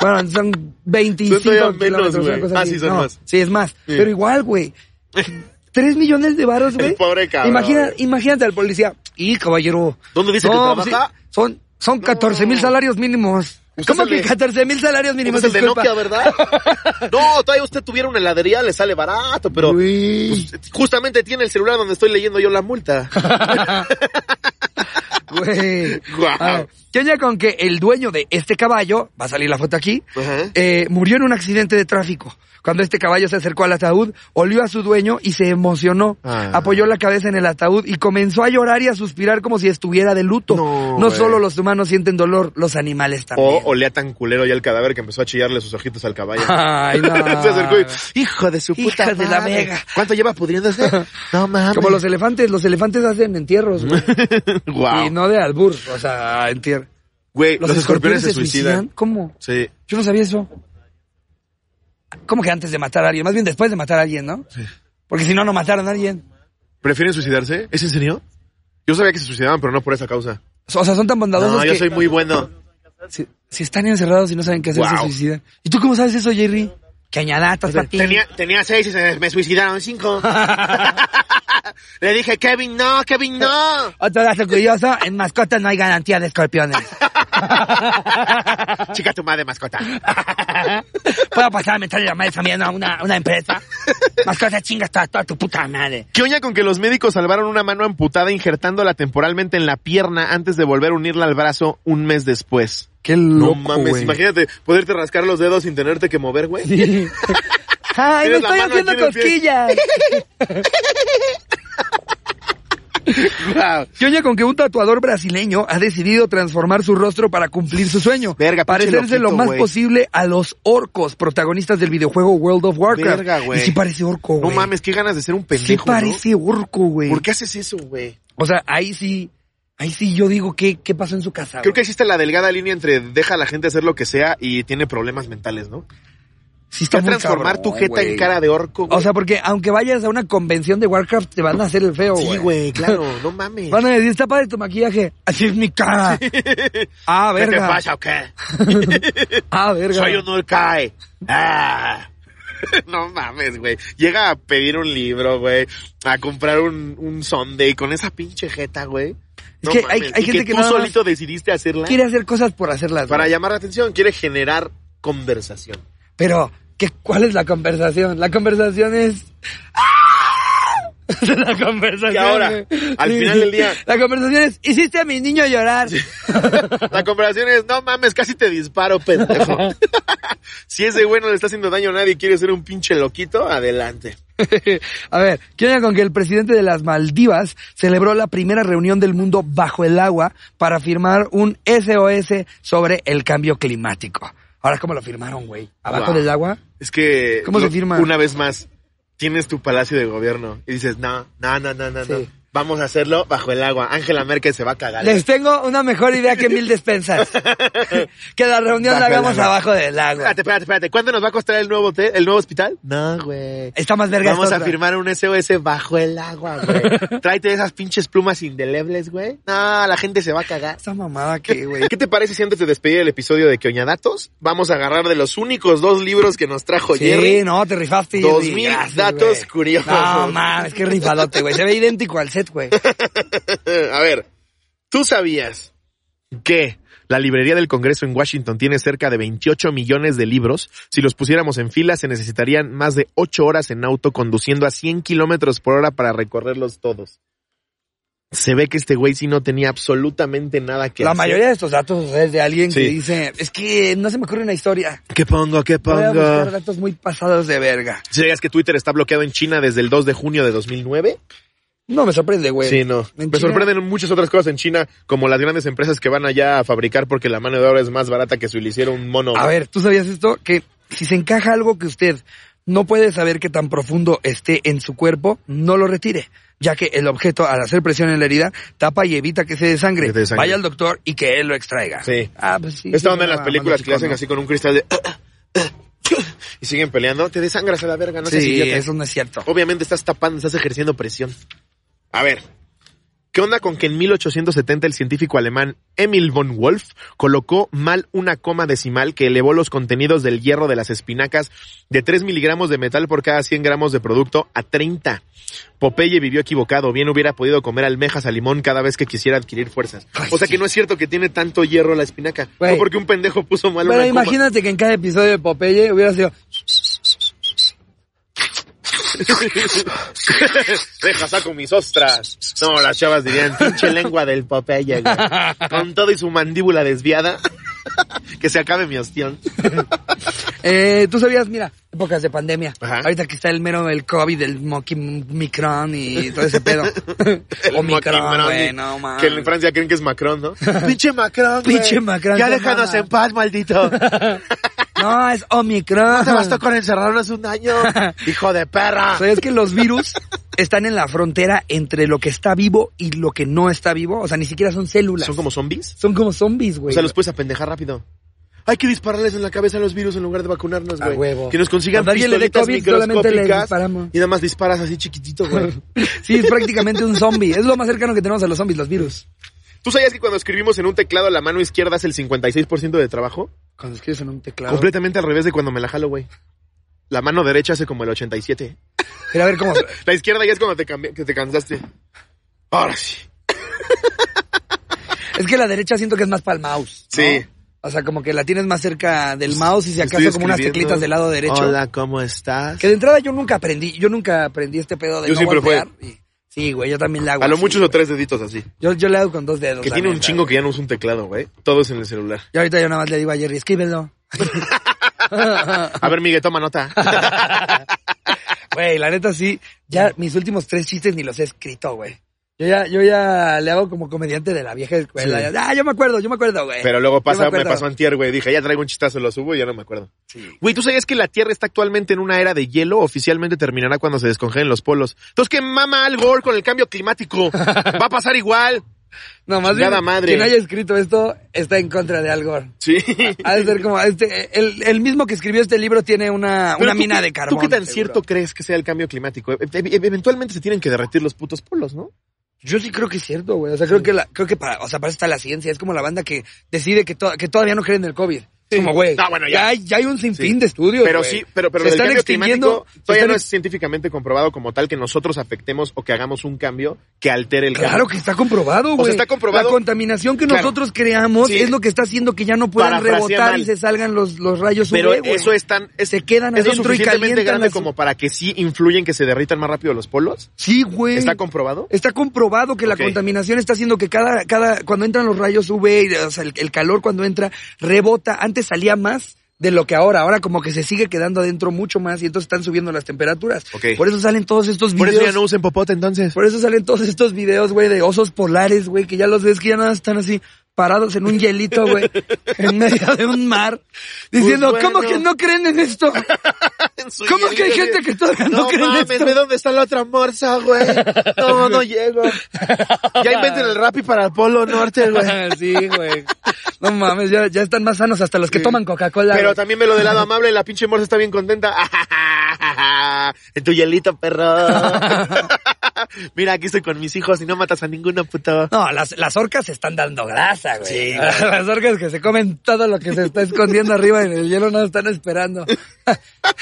Bueno, son 25
Son todavía menos,
kilómetros. una
güey.
cosa
Ah,
así.
sí, son
No,
más.
Sí, es más. Pero igual, güey. 3 millones de varos, güey.
El pobre cabrón.
Imagina, imagínate al policía. Y caballero.
¿Dónde dice que
pues,
trabaja?
sí, son, son 14 mil salarios mínimos.
Usted
¿Cómo
es
que
el de-
14 mil salarios mínimos?
Usted es el de
Disculpa.
Nokia, ¿verdad? no, todavía usted tuviera una heladería, le sale barato, pero
Güey,
pues, justamente tiene el celular donde estoy leyendo yo la multa.
güey.
Guau.
A ver, ¿Qué onda con que el dueño de este caballo, va a salir la foto aquí,
Ajá.
eh, murió en un accidente de tráfico. Cuando este caballo se acercó al ataúd, olió a su dueño y se emocionó.
Ah.
Apoyó la cabeza en el ataúd y comenzó a llorar y a suspirar como si estuviera de luto.
No, güey. Oh,
solo los humanos sienten dolor, los animales
O
también.
olea tan culero ya el cadáver que empezó a chillarle sus ojitos al caballo.
Ay, no.
Se acercó y, hijo de su
Hijo
puta
de la
madre,
verga.
¿Cuánto lleva pudriéndose? No mames.
Como los elefantes, los elefantes hacen entierros, güey.
Guau.
Y no de albur, o sea, entierro.
Güey, los, escorpiones, se suicidan.
¿Cómo?
Sí.
Yo no sabía eso. ¿Cómo que antes de matar a alguien? Más bien después de matar a alguien, ¿no? Porque si no, no mataron a alguien.
¿Prefieren suicidarse? ¿Es en serio? Yo sabía que se suicidaban, pero no por esa causa.
O sea, son tan bondadosos
No, yo
que
soy muy bueno.
si, si están encerrados y no saben qué hacer, se
Wow.
suicidan. ¿Y tú cómo sabes eso, Jerry? Que añadatas para ti.
Tenía, tenía seis y se- me suicidaron cinco. Le dije, Kevin, no, Kevin, no.
Otro dato curioso, en mascotas no hay garantía de escorpiones.
Chica tu madre, mascota.
Puedo pasar a meterle la madre también a una, una empresa. Mascotas chingas toda, toda tu puta madre.
¿Qué oña con que los médicos salvaron una mano amputada injertándola temporalmente en la pierna antes de volver a unirla al brazo un mes después?
Qué
no mames, imagínate poderte rascar los dedos sin tenerte que mover, güey.
Ay, me
Tienes la
estoy
mano
haciendo
aquí en el pie.
cosquillas.
Wow.
¿Qué oña con que un tatuador brasileño ha decidido transformar su rostro para cumplir su sueño?
Verga, pinche
Parecerse lo
loquito,
más
güey.
posible a los orcos, protagonistas del videojuego World of Warcraft.
Verga, güey.
Y sí parece orco,
No
güey.
mames, qué ganas de ser un pendejo.
Sí
¿no?
parece orco, güey.
¿Por qué haces eso, güey?
O sea, ahí sí, ahí sí yo digo qué, qué pasó en su casa.
Creo
güey.
que existe la delgada línea entre deja a la gente hacer lo que sea y tiene problemas mentales, ¿no?
sí está
Ya
muy
transformar
cabrón,
tu jeta
güey.
en cara de orco, güey.
O sea, porque aunque vayas a una convención de Warcraft, te van a hacer el feo, güey.
sí, güey, claro, no mames.
Van a decir, está padre tu maquillaje. Así es mi cara. Ah,
¿Qué te
verga.
pasa o qué?
Ah, verga.
Soy un Urkai. Ah. No mames, güey. Llega a pedir un libro, güey. A comprar un, un Sunday con esa pinche jeta, güey. No
que hay-
mames.
hay
Y
gente que
tú
nada más
solito decidiste hacerla
Quiere hacer cosas por hacerlas.
para
güey.
llamar la atención. Quiere generar conversación.
Pero, ¿qué, ¿cuál es la conversación? La conversación es... ¡Ah! La conversación.
Y ahora,
güey.
al
Sí.
final del día-
La conversación es, hiciste a mi niño llorar.
La comparación es, no mames, casi te disparo, pendejo. si ese güey no le está haciendo daño a nadie y quiere ser un pinche loquito, adelante.
a ver, ¿qué onda con que el presidente de las Maldivas celebró la primera reunión del mundo bajo el agua para firmar un SOS sobre el cambio climático? Ahora, ¿cómo lo firmaron, güey? ¿Abajo
Wow.
del agua?
Es que...
¿Cómo se firma?
Una vez más, tienes tu palacio de gobierno y dices, no, no, no, no, no,
Sí.
no. Vamos a hacerlo bajo el agua. Ángela Merkel se va a cagar.
Les tengo una mejor idea que mil despensas. que la reunión la
Bajo el
hagamos
agua.
abajo del agua.
Espérate, espérate, espérate. ¿Cuánto nos va a costar el nuevo hotel, el nuevo hospital? No, güey.
Está más verga
Vamos
esta
a
otra.
firmar un SOS bajo el agua, güey. Tráete esas pinches plumas indelebles, güey. No, la gente se va a cagar.
Esta mamada que, güey.
¿Qué te parece si antes de despedir el episodio de Queoñadatos, vamos a agarrar de los únicos dos libros que nos trajo
Sí,
Jerry?
no, te rifaste.
Dos
Jerry.
mil
Gracias,
datos
güey.
curiosos.
No, mames, qué rifadote, güey. Se ve idéntico al set, güey.
Eh, a ver, ¿tú sabías que la librería del Congreso en Washington tiene cerca de 28 millones de libros? Si los pusiéramos en fila, se necesitarían más de 8 horas en auto conduciendo a 100 kilómetros por hora para recorrerlos todos. Se ve que este güey sí no tenía absolutamente nada que
La
hacer.
mayoría de estos datos o sea, es de alguien que
Sí.
dice, es que no se me ocurre una historia.
¿Qué pongo? ¿Qué
Voy a buscar
pongo?
datos muy pasados de verga.
¿Sabías que Twitter está bloqueado en China desde el 2 de junio de 2009?
No me sorprende, güey.
Sí, no.
Pues, En
Me
China-
sorprenden muchas otras cosas en China, como las grandes empresas que van allá a fabricar porque la mano de obra es más barata que si le hiciera un mono.
A ver, ¿tú sabías esto? Que si se encaja algo que usted no puede saber que tan profundo esté en su cuerpo, no lo retire, ya que el objeto al hacer presión en la herida tapa y evita que se desangre.
Que se desangre.
Vaya al doctor y que él lo extraiga.
Sí.
Ah, pues sí. sí,
Esta onda en
me
las
la
películas
mando
que le hacen
chicón,
así con un cristal de... "Ah, Y siguen peleando, te desangras a la verga, no
¿no?
seas
Sí,
idiota.
eso no es cierto.
Obviamente estás tapando, estás ejerciendo presión. A ver, ¿qué onda con que en 1870 el científico alemán Emil von Wolf colocó mal una coma decimal que elevó los contenidos del hierro de las espinacas de 3 miligramos de metal por cada 100 gramos de producto a 30? Popeye vivió equivocado, bien hubiera podido comer almejas a limón cada vez que quisiera adquirir fuerzas.
Ay,
O sea
sí.
que no es cierto que tiene tanto hierro la espinaca,
Güey.
no porque un pendejo puso mal
Pero
una coma.
imagínate que en cada episodio de Popeye hubiera sido,
Deja, saco mis ostras. No, las chavas dirían, pinche lengua del Popeye, güey. Con todo y su mandíbula desviada. que se acabe mi ostión.
Eh, tú sabías, mira, épocas de pandemia.
Ajá.
Ahorita que está el mero del COVID, el moqui- micron y todo ese pedo.
El
Omicron,
Macron,
güey, no mames.
Que en Francia creen que es Macron, ¿no? Pinche Macron, güey.
Pinche Macron,
Ya
no
déjanos
mames.
en paz, maldito.
No, es Omicron.
No te bastó con encerrarnos un año. Hijo de perra.
¿Sabías que los virus están en la frontera entre lo que está vivo y lo que no está vivo? O sea, ni siquiera son células.
¿Son como zombies?
Son como zombies,
O
güey.
sea, los puedes apendejar rápido. Hay que dispararles en la cabeza a los virus en lugar de vacunarnos,
A
güey.
huevo.
Que nos consigan
Cuando alguien le dé
pistolitas
COVID, solamente le
microscópicas
disparamos.
y nada más disparas así chiquitito, güey.
Sí, es prácticamente un zombie. Es lo más cercano que tenemos a los zombies, los virus.
¿Tú sabías que cuando escribimos en un teclado la mano izquierda es el 56% de trabajo?
Cuando escribes en un teclado.
Completamente al revés de cuando me la jalo, güey. La mano derecha hace como el 87.
Pero a ver cómo.
La izquierda ya es cuando te, cambi- que te cansaste. Ahora sí.
Es que la derecha siento que es más para el mouse. ¿no?
Sí.
O sea, como que la tienes más cerca del mouse y si acaso
Estoy
como unas
escribiendo.
teclitas del lado derecho.
Hola, ¿cómo estás?
Que de entrada yo nunca aprendí, yo nunca aprendí este pedo de
Yo
no
siempre fue.
golpear. Y- sí, güey, yo también le hago.
A lo
así,
muchos o
güey.
tres deditos así.
Yo, yo le hago con dos dedos.
Que
la
tiene un
neta,
chingo
güey.
que ya no usa un teclado, güey. Todo es en el celular.
Y ahorita yo nada más le digo a Jerry, escríbelo.
A ver, Miguel, toma nota.
Güey, la neta sí, ya mis últimos tres chistes ni los he escrito, güey. Yo ya, yo ya le hago como comediante de la vieja escuela.
Sí.
Ya, ah, yo me acuerdo, yo me acuerdo, güey.
Pero luego
Yo
pasa,
me
me,
acuerdo.
pasó antier, güey. Dije, ya traigo un chistazo, lo subo y ya no me acuerdo.
Sí.
Güey, ¿tú sabías que la Tierra está actualmente en una era de hielo? Oficialmente terminará cuando se descongelen los polos. Entonces, ¿qué mama al gol con el cambio climático? Va a pasar igual.
No, más
Chingada
bien,
madre.
quien haya escrito esto está en contra de Algor.
Sí.
Ha de ser como, este, el, el mismo que escribió este libro tiene una,
Pero
una
tú
mina
qué-
de carbón.
¿Tú qué tan
seguro.
cierto crees que sea el cambio climático? E- e- eventualmente se tienen que derretir los putos polos, ¿no?
Yo sí creo que es cierto, güey. O sea, creo que la, creo que para, o sea, para eso está la ciencia. Es como la banda que decide que, to- que todavía no creen en el COVID. Es Como, güey.
Ah, bueno, ya.
hay, ya hay un sinfín
Sí.
de estudios.
Pero
güey.
sí, pero, pero
Se
el
están
cambio
extinguiendo.
climático
se
todavía
están
no
ex-
es científicamente comprobado como tal que nosotros afectemos o que hagamos un cambio que altere el
Claro
cambio.
que está comprobado, güey.
está comprobado.
La contaminación que
Claro.
nosotros creamos
Sí.
es lo que está haciendo que ya no puedan
Parafraseé
rebotar
mal.
y se salgan los, los rayos UV,
Pero
güey.
eso es tan... es-
Se quedan
¿Eso es
adentro y
suficientemente
calientan
grande
las-
como para que sí influyen que se derritan más rápido los polos?
Sí, Eh, güey.
¿Está comprobado?
Está comprobado que
Ok.
la contaminación está haciendo que cada, cada, cuando entran los rayos UV, y, o sea, el, el calor cuando entra, rebota. Antes salía más de lo que ahora. Ahora como que se sigue quedando adentro mucho más y entonces están subiendo las temperaturas.
Ok.
Por eso salen todos estos
Por
videos.
eso ya no usen popote entonces.
por eso salen todos estos videos, güey, de osos polares, güey, que ya los ves que ya nada más están así parados en un hielito, güey, en medio de un mar, diciendo,
Pues
¿cómo
bueno.
que no creen en esto? ¿Cómo que hay gente que todavía no, cree en esto?
dónde está la otra morsa, güey. No, no llego. Ya inventen el rap para el Polo Norte,
sí, güey. No mames, ya, ya están más sanos hasta los que
Sí.
toman Coca-Cola.
Pero
güey.
también me lo del lado amable, la pinche morsa está bien contenta. En tu hielito, perro. Mira, aquí estoy con mis hijos y no matas a ninguno, puto.
No, las, las orcas se están dando grasa, güey. Ah, las orcas que se comen todo lo que se está escondiendo arriba en el hielo no están esperando.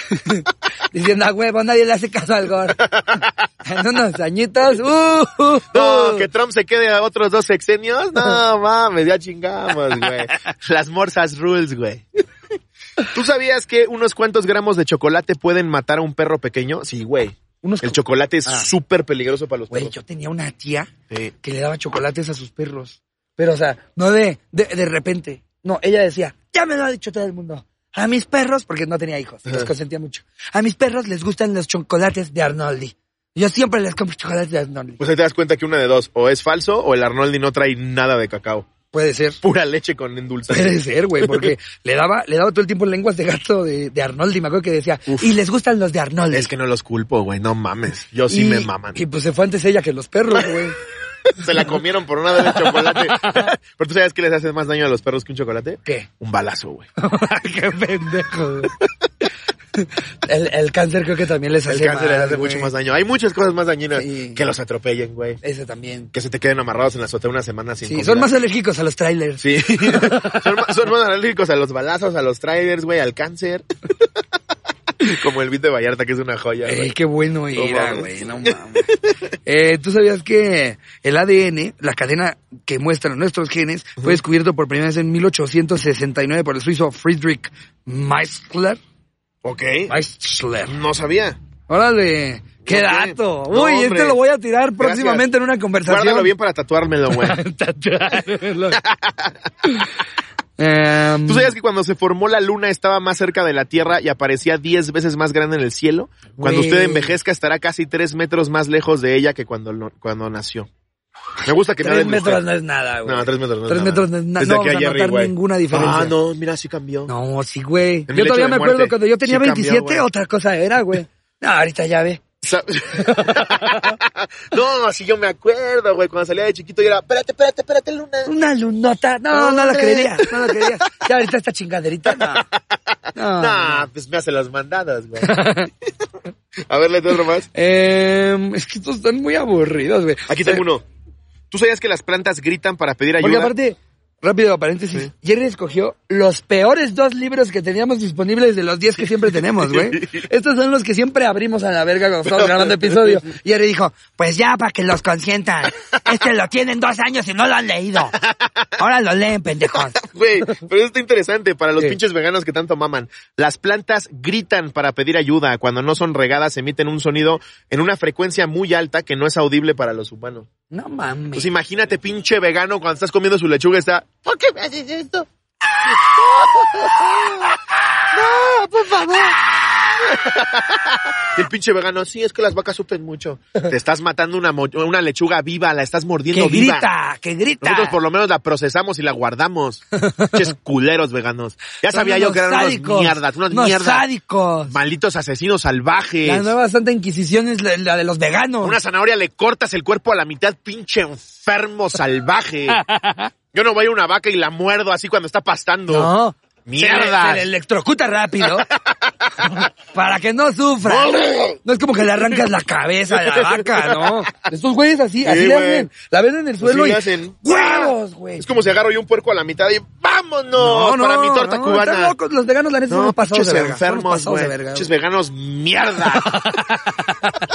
Diciendo, a huevo, nadie le hace caso al gor. en unos añitos, ¡uh! uh,
No,
uh.
que Trump se quede a otros dos sexenios. No mames, ya chingamos, güey. Las morsas rules, güey. ¿Tú sabías que unos cuantos gramos de chocolate pueden matar a un perro pequeño? Sí, güey.
Unos
El chocolate es
Ah.
súper peligroso para los
Güey,
perros.
yo tenía una tía
Sí.
que le daba chocolates a sus perros. Pero, o sea, no de, de, de repente. No, ella decía, ya me lo ha dicho todo el mundo. A mis perros, porque no tenía hijos, los
Ajá.
consentía mucho. A mis perros les gustan los chocolates de Arnoldi. Yo siempre les compro chocolates de Arnoldi.
Pues ahí te das cuenta que una de dos, o es falso o el Arnoldi no trae nada de cacao.
Puede ser.
Pura leche con endulzante.
Puede ser, güey, porque le daba, le daba todo el tiempo lenguas de gato de, de Arnoldi. Me acuerdo que decía,
Uf.
y les gustan los de Arnoldi.
Es que no los culpo, güey, no mames. Yo sí
Y-
me maman.
Y pues se fue antes ella que los perros, güey.
Se la comieron por una vez de chocolate. Pero tú sabes que les hace más daño a los perros que un chocolate?
¿Qué?
Un balazo, güey.
Qué pendejo. güey. El, el cáncer creo que también les hace
El cáncer les
mal,
hace
güey.
mucho más daño. Hay muchas cosas más dañinas
Sí.
que los atropellen, güey.
Ese también.
Que se te queden amarrados en la azotea una semana sin
Sí,
comida.
son más alérgicos a los trailers.
Sí. son, más, son más alérgicos a los balazos, a los trailers, güey, al cáncer. Como el beat de Vallarta, que es una joya,
Ey,
güey.
Eh, qué bueno era,
mames.
güey, no mames. Eh, ¿Tú sabías que el ADN, la cadena que muestran nuestros genes, fue descubierto por primera vez en 1869 por el suizo Friedrich Meissler?
Ok.
Meissler.
No sabía.
Órale, qué
Ok.
dato.
No,
Uy,
hombre.
este lo voy a tirar
Gracias.
próximamente en una conversación.
Guárdalo bien para tatuármelo, güey.
Tatuármelo. Em,
¿Tú sabías que cuando se formó la luna estaba más cerca de la Tierra y aparecía 10 veces más grande en el cielo? Cuando
Güey.
usted envejezca estará casi 3 metros más lejos de ella que cuando, lo- cuando nació. Me gusta que me
Em, Tres
hablen de usted.
metros no es nada, güey.
No, tres metros no es
Tres
nada.
metros no es nada.
Desde
No vamos
aquí
a
a Jerry,
notar
güey.
ninguna diferencia.
Ah, no, mira, sí cambió.
No, sí, güey.
mi
Yo
lecho
todavía
de
me acuerdo
muerte.
cuando yo tenía
Sí cambió,
27,
güey.
otra cosa era, güey. No, ahorita ya ve.
Sa- no, si yo me acuerdo, güey, cuando salía de chiquito yo era, espérate, espérate, espérate, luna.
Una lunota. No, no la
Hombre.
creería, no la creería. Ya ahorita esta chingaderita, no. No.
Nah, pues me hace las mandadas, güey. a ver, le otro más.
Em, es que estos están muy aburridos, güey.
Aquí tengo uno. ¿Tú sabías que las plantas gritan para pedir
Porque
ayuda?
aparte, Rápido paréntesis. Jerry escogió los peores dos libros que teníamos disponibles de los 10 que siempre tenemos, güey. Estos son los que siempre abrimos a la verga cuando estamos grabando episodio. Jerry dijo, pues ya, para que los consientan. Este lo tienen dos años y no lo han leído. Ahora lo leen, pendejos.
Güey, pero eso está interesante para los
Sí.
pinches veganos que tanto maman. Las plantas gritan para pedir ayuda. Cuando no son regadas, emiten un sonido en una frecuencia muy alta que no es audible para los humanos.
No mames.
Pues imagínate, pinche vegano, cuando estás comiendo su lechuga, está. ¿Por qué me haces esto? ¡No! ¡Por favor! Y el pinche vegano, sí, es que las vacas sufren mucho. Te estás matando una, mo- una lechuga viva, la estás
Que
mordiendo viva.
grita, que grita.
Nosotros por lo menos la procesamos y la guardamos. Pinches culeros veganos. Ya
Son
sabía yo que eran
sádicos,
unos mierdas, unos
unos
mierdas.
sádicos.
Malditos asesinos salvajes.
La nueva Santa Inquisición es la, la de los veganos.
Una zanahoria le cortas el cuerpo a la mitad, pinche enfermo salvaje. Yo no voy a una vaca y la muerdo así cuando está pastando.
No.
Mierda.
Se, le- se le electrocuta rápido. para que no sufra. No es como que le arrancas la cabeza a la vaca, ¿no? Estos güeyes así, así
Sí,
le
güey.
hacen. La ven en el suelo
Pues le
Pues y.
hacen.
¡Huevos, güey!
Es como si agarro yo un puerco a la mitad y ¡vámonos! para mi torta
no, Están
cubana.
locos, los veganos, la neta, son
No,
unos pasados
pinches
de verga. son unos
enfermos,
pasados de
güey.
verga,
Pinches
güey.
veganos, mierda.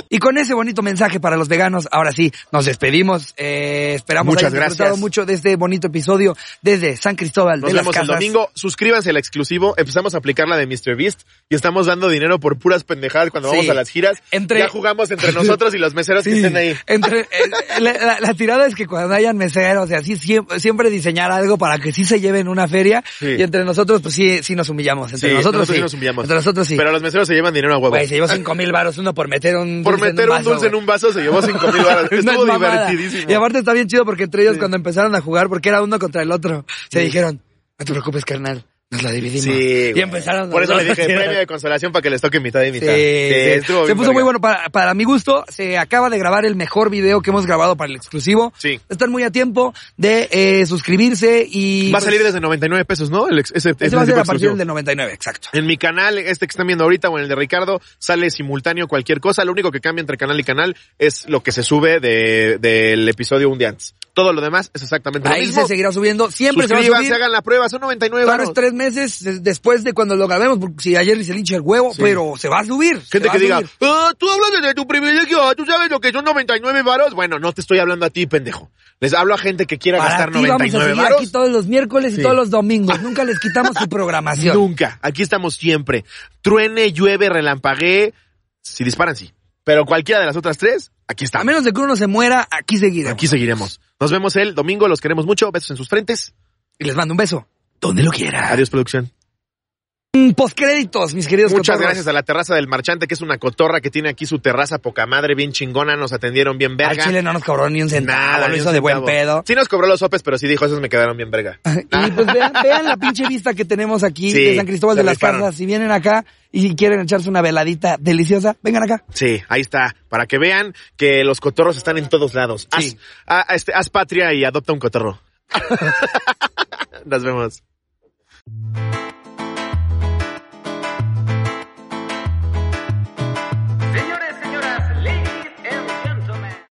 Y con ese bonito mensaje para los veganos, ahora sí, nos despedimos. Eh, esperamos
Muchas
hayan disfrutado
gracias.
mucho de este bonito episodio desde San Cristóbal
Nos
de las
vemos el
Casas.
domingo. Suscríbanse al exclusivo. Empezamos a aplicar la de MrBeast y estamos dando dinero por puras pendejadas cuando
Sí.
vamos a las giras.
Entre-
Ya jugamos entre nosotros y los meseros que
Sí,
estén ahí.
entre- eh, la, la- la tirada es que cuando hayan meseros y así, siempre, siempre diseñar algo para que sí se lleven una feria.
Sí.
Y entre nosotros, pues sí, sí nos humillamos. Entre
Sí,
nosotros, sí.
nos humillamos.
Entre nosotros sí.
Pero los meseros se llevan dinero a huevo.
Güey, se llevó cinco mil varos uno por meter un
por
dulce en
meter un,
vaso,
dulce en
güey.
un vaso se llevó cinco mil baros.
Una
Estuvo
mamada.
divertidísimo.
Y aparte está bien chido porque entre ellos cuando empezaron a jugar, porque era uno contra el otro, se dijeron, no te preocupes, carnal, nos la dividimos.
Sí,
y
güey.
empezaron
Por
los
eso le
dos a
dije
tirar.
premio de consolación para que les toque mitad y
Sí, sí.
mitad. estuvo
Eh, Se
bien
puso
verga.
muy bueno. Para, para mi gusto, se acaba de grabar el mejor video que hemos grabado para el exclusivo.
Sí.
Están muy a tiempo de eh, suscribirse y...
Va a salir
pues,
desde 99 pesos, ¿no? El ex- ese,
Ese
ese
va a ser
tipo
a partir
exclusivo.
del 99, exacto.
En mi canal, este que están viendo ahorita o en el de Ricardo, sale simultáneo cualquier cosa. Lo único que cambia entre canal y canal es lo que se sube de- del episodio un día antes. Todo lo demás es exactamente lo
Ahí
mismo.
se seguirá subiendo. Siempre se va a
Suscríbanse,
subir.
hagan la prueba, son 99
Tal
baros.
vez tres meses des- después de cuando lo grabemos, porque si ayer se le hincha el huevo, pero se va a subir. se
Gente
va
que
a
diga,
subir.
"Ah, tú hablas desde tu privilegio, ah, tú sabes lo que son 99 varos. Bueno, no te estoy hablando a ti, pendejo. Les hablo a gente que quiera
Para
gastar
ti vamos a
99
seguir
varos.
aquí todos los miércoles y
Sí.
todos los domingos. Nunca les quitamos su programación.
Nunca. Aquí estamos siempre. Truene, llueve, relampaguee. Si disparan, sí. Pero cualquiera de las otras tres, aquí
A
está.
menos de que uno se muera, aquí seguiremos.
Aquí seguiremos. Nos vemos el domingo. Los queremos mucho. Besos en sus frentes.
Y les mando un beso. Donde lo quiera.
Adiós, producción.
Mm, Postcréditos, mis queridos
Muchas
cotorros.
gracias a la terraza del marchante, que es una cotorra que tiene aquí su terraza poca madre, bien chingona. Nos atendieron bien
Al
verga.
Chile no nos cobró ni un centavo,
Nada,
lo
ni un
hizo de buen
centavo.
pedo.
Sí nos cobró los sopes, pero sí dijo, esos me quedaron bien verga.
Y pues vean, vean la pinche vista que tenemos aquí
Sí,
de San Cristóbal
se
de las
rifaron.
Casas. Si vienen acá y quieren echarse una veladita deliciosa, vengan acá.
Sí, ahí está. Para que vean que los cotorros están en todos lados. Haz,
Sí.
a- a este, haz patria y adopta un cotorro. Nos vemos.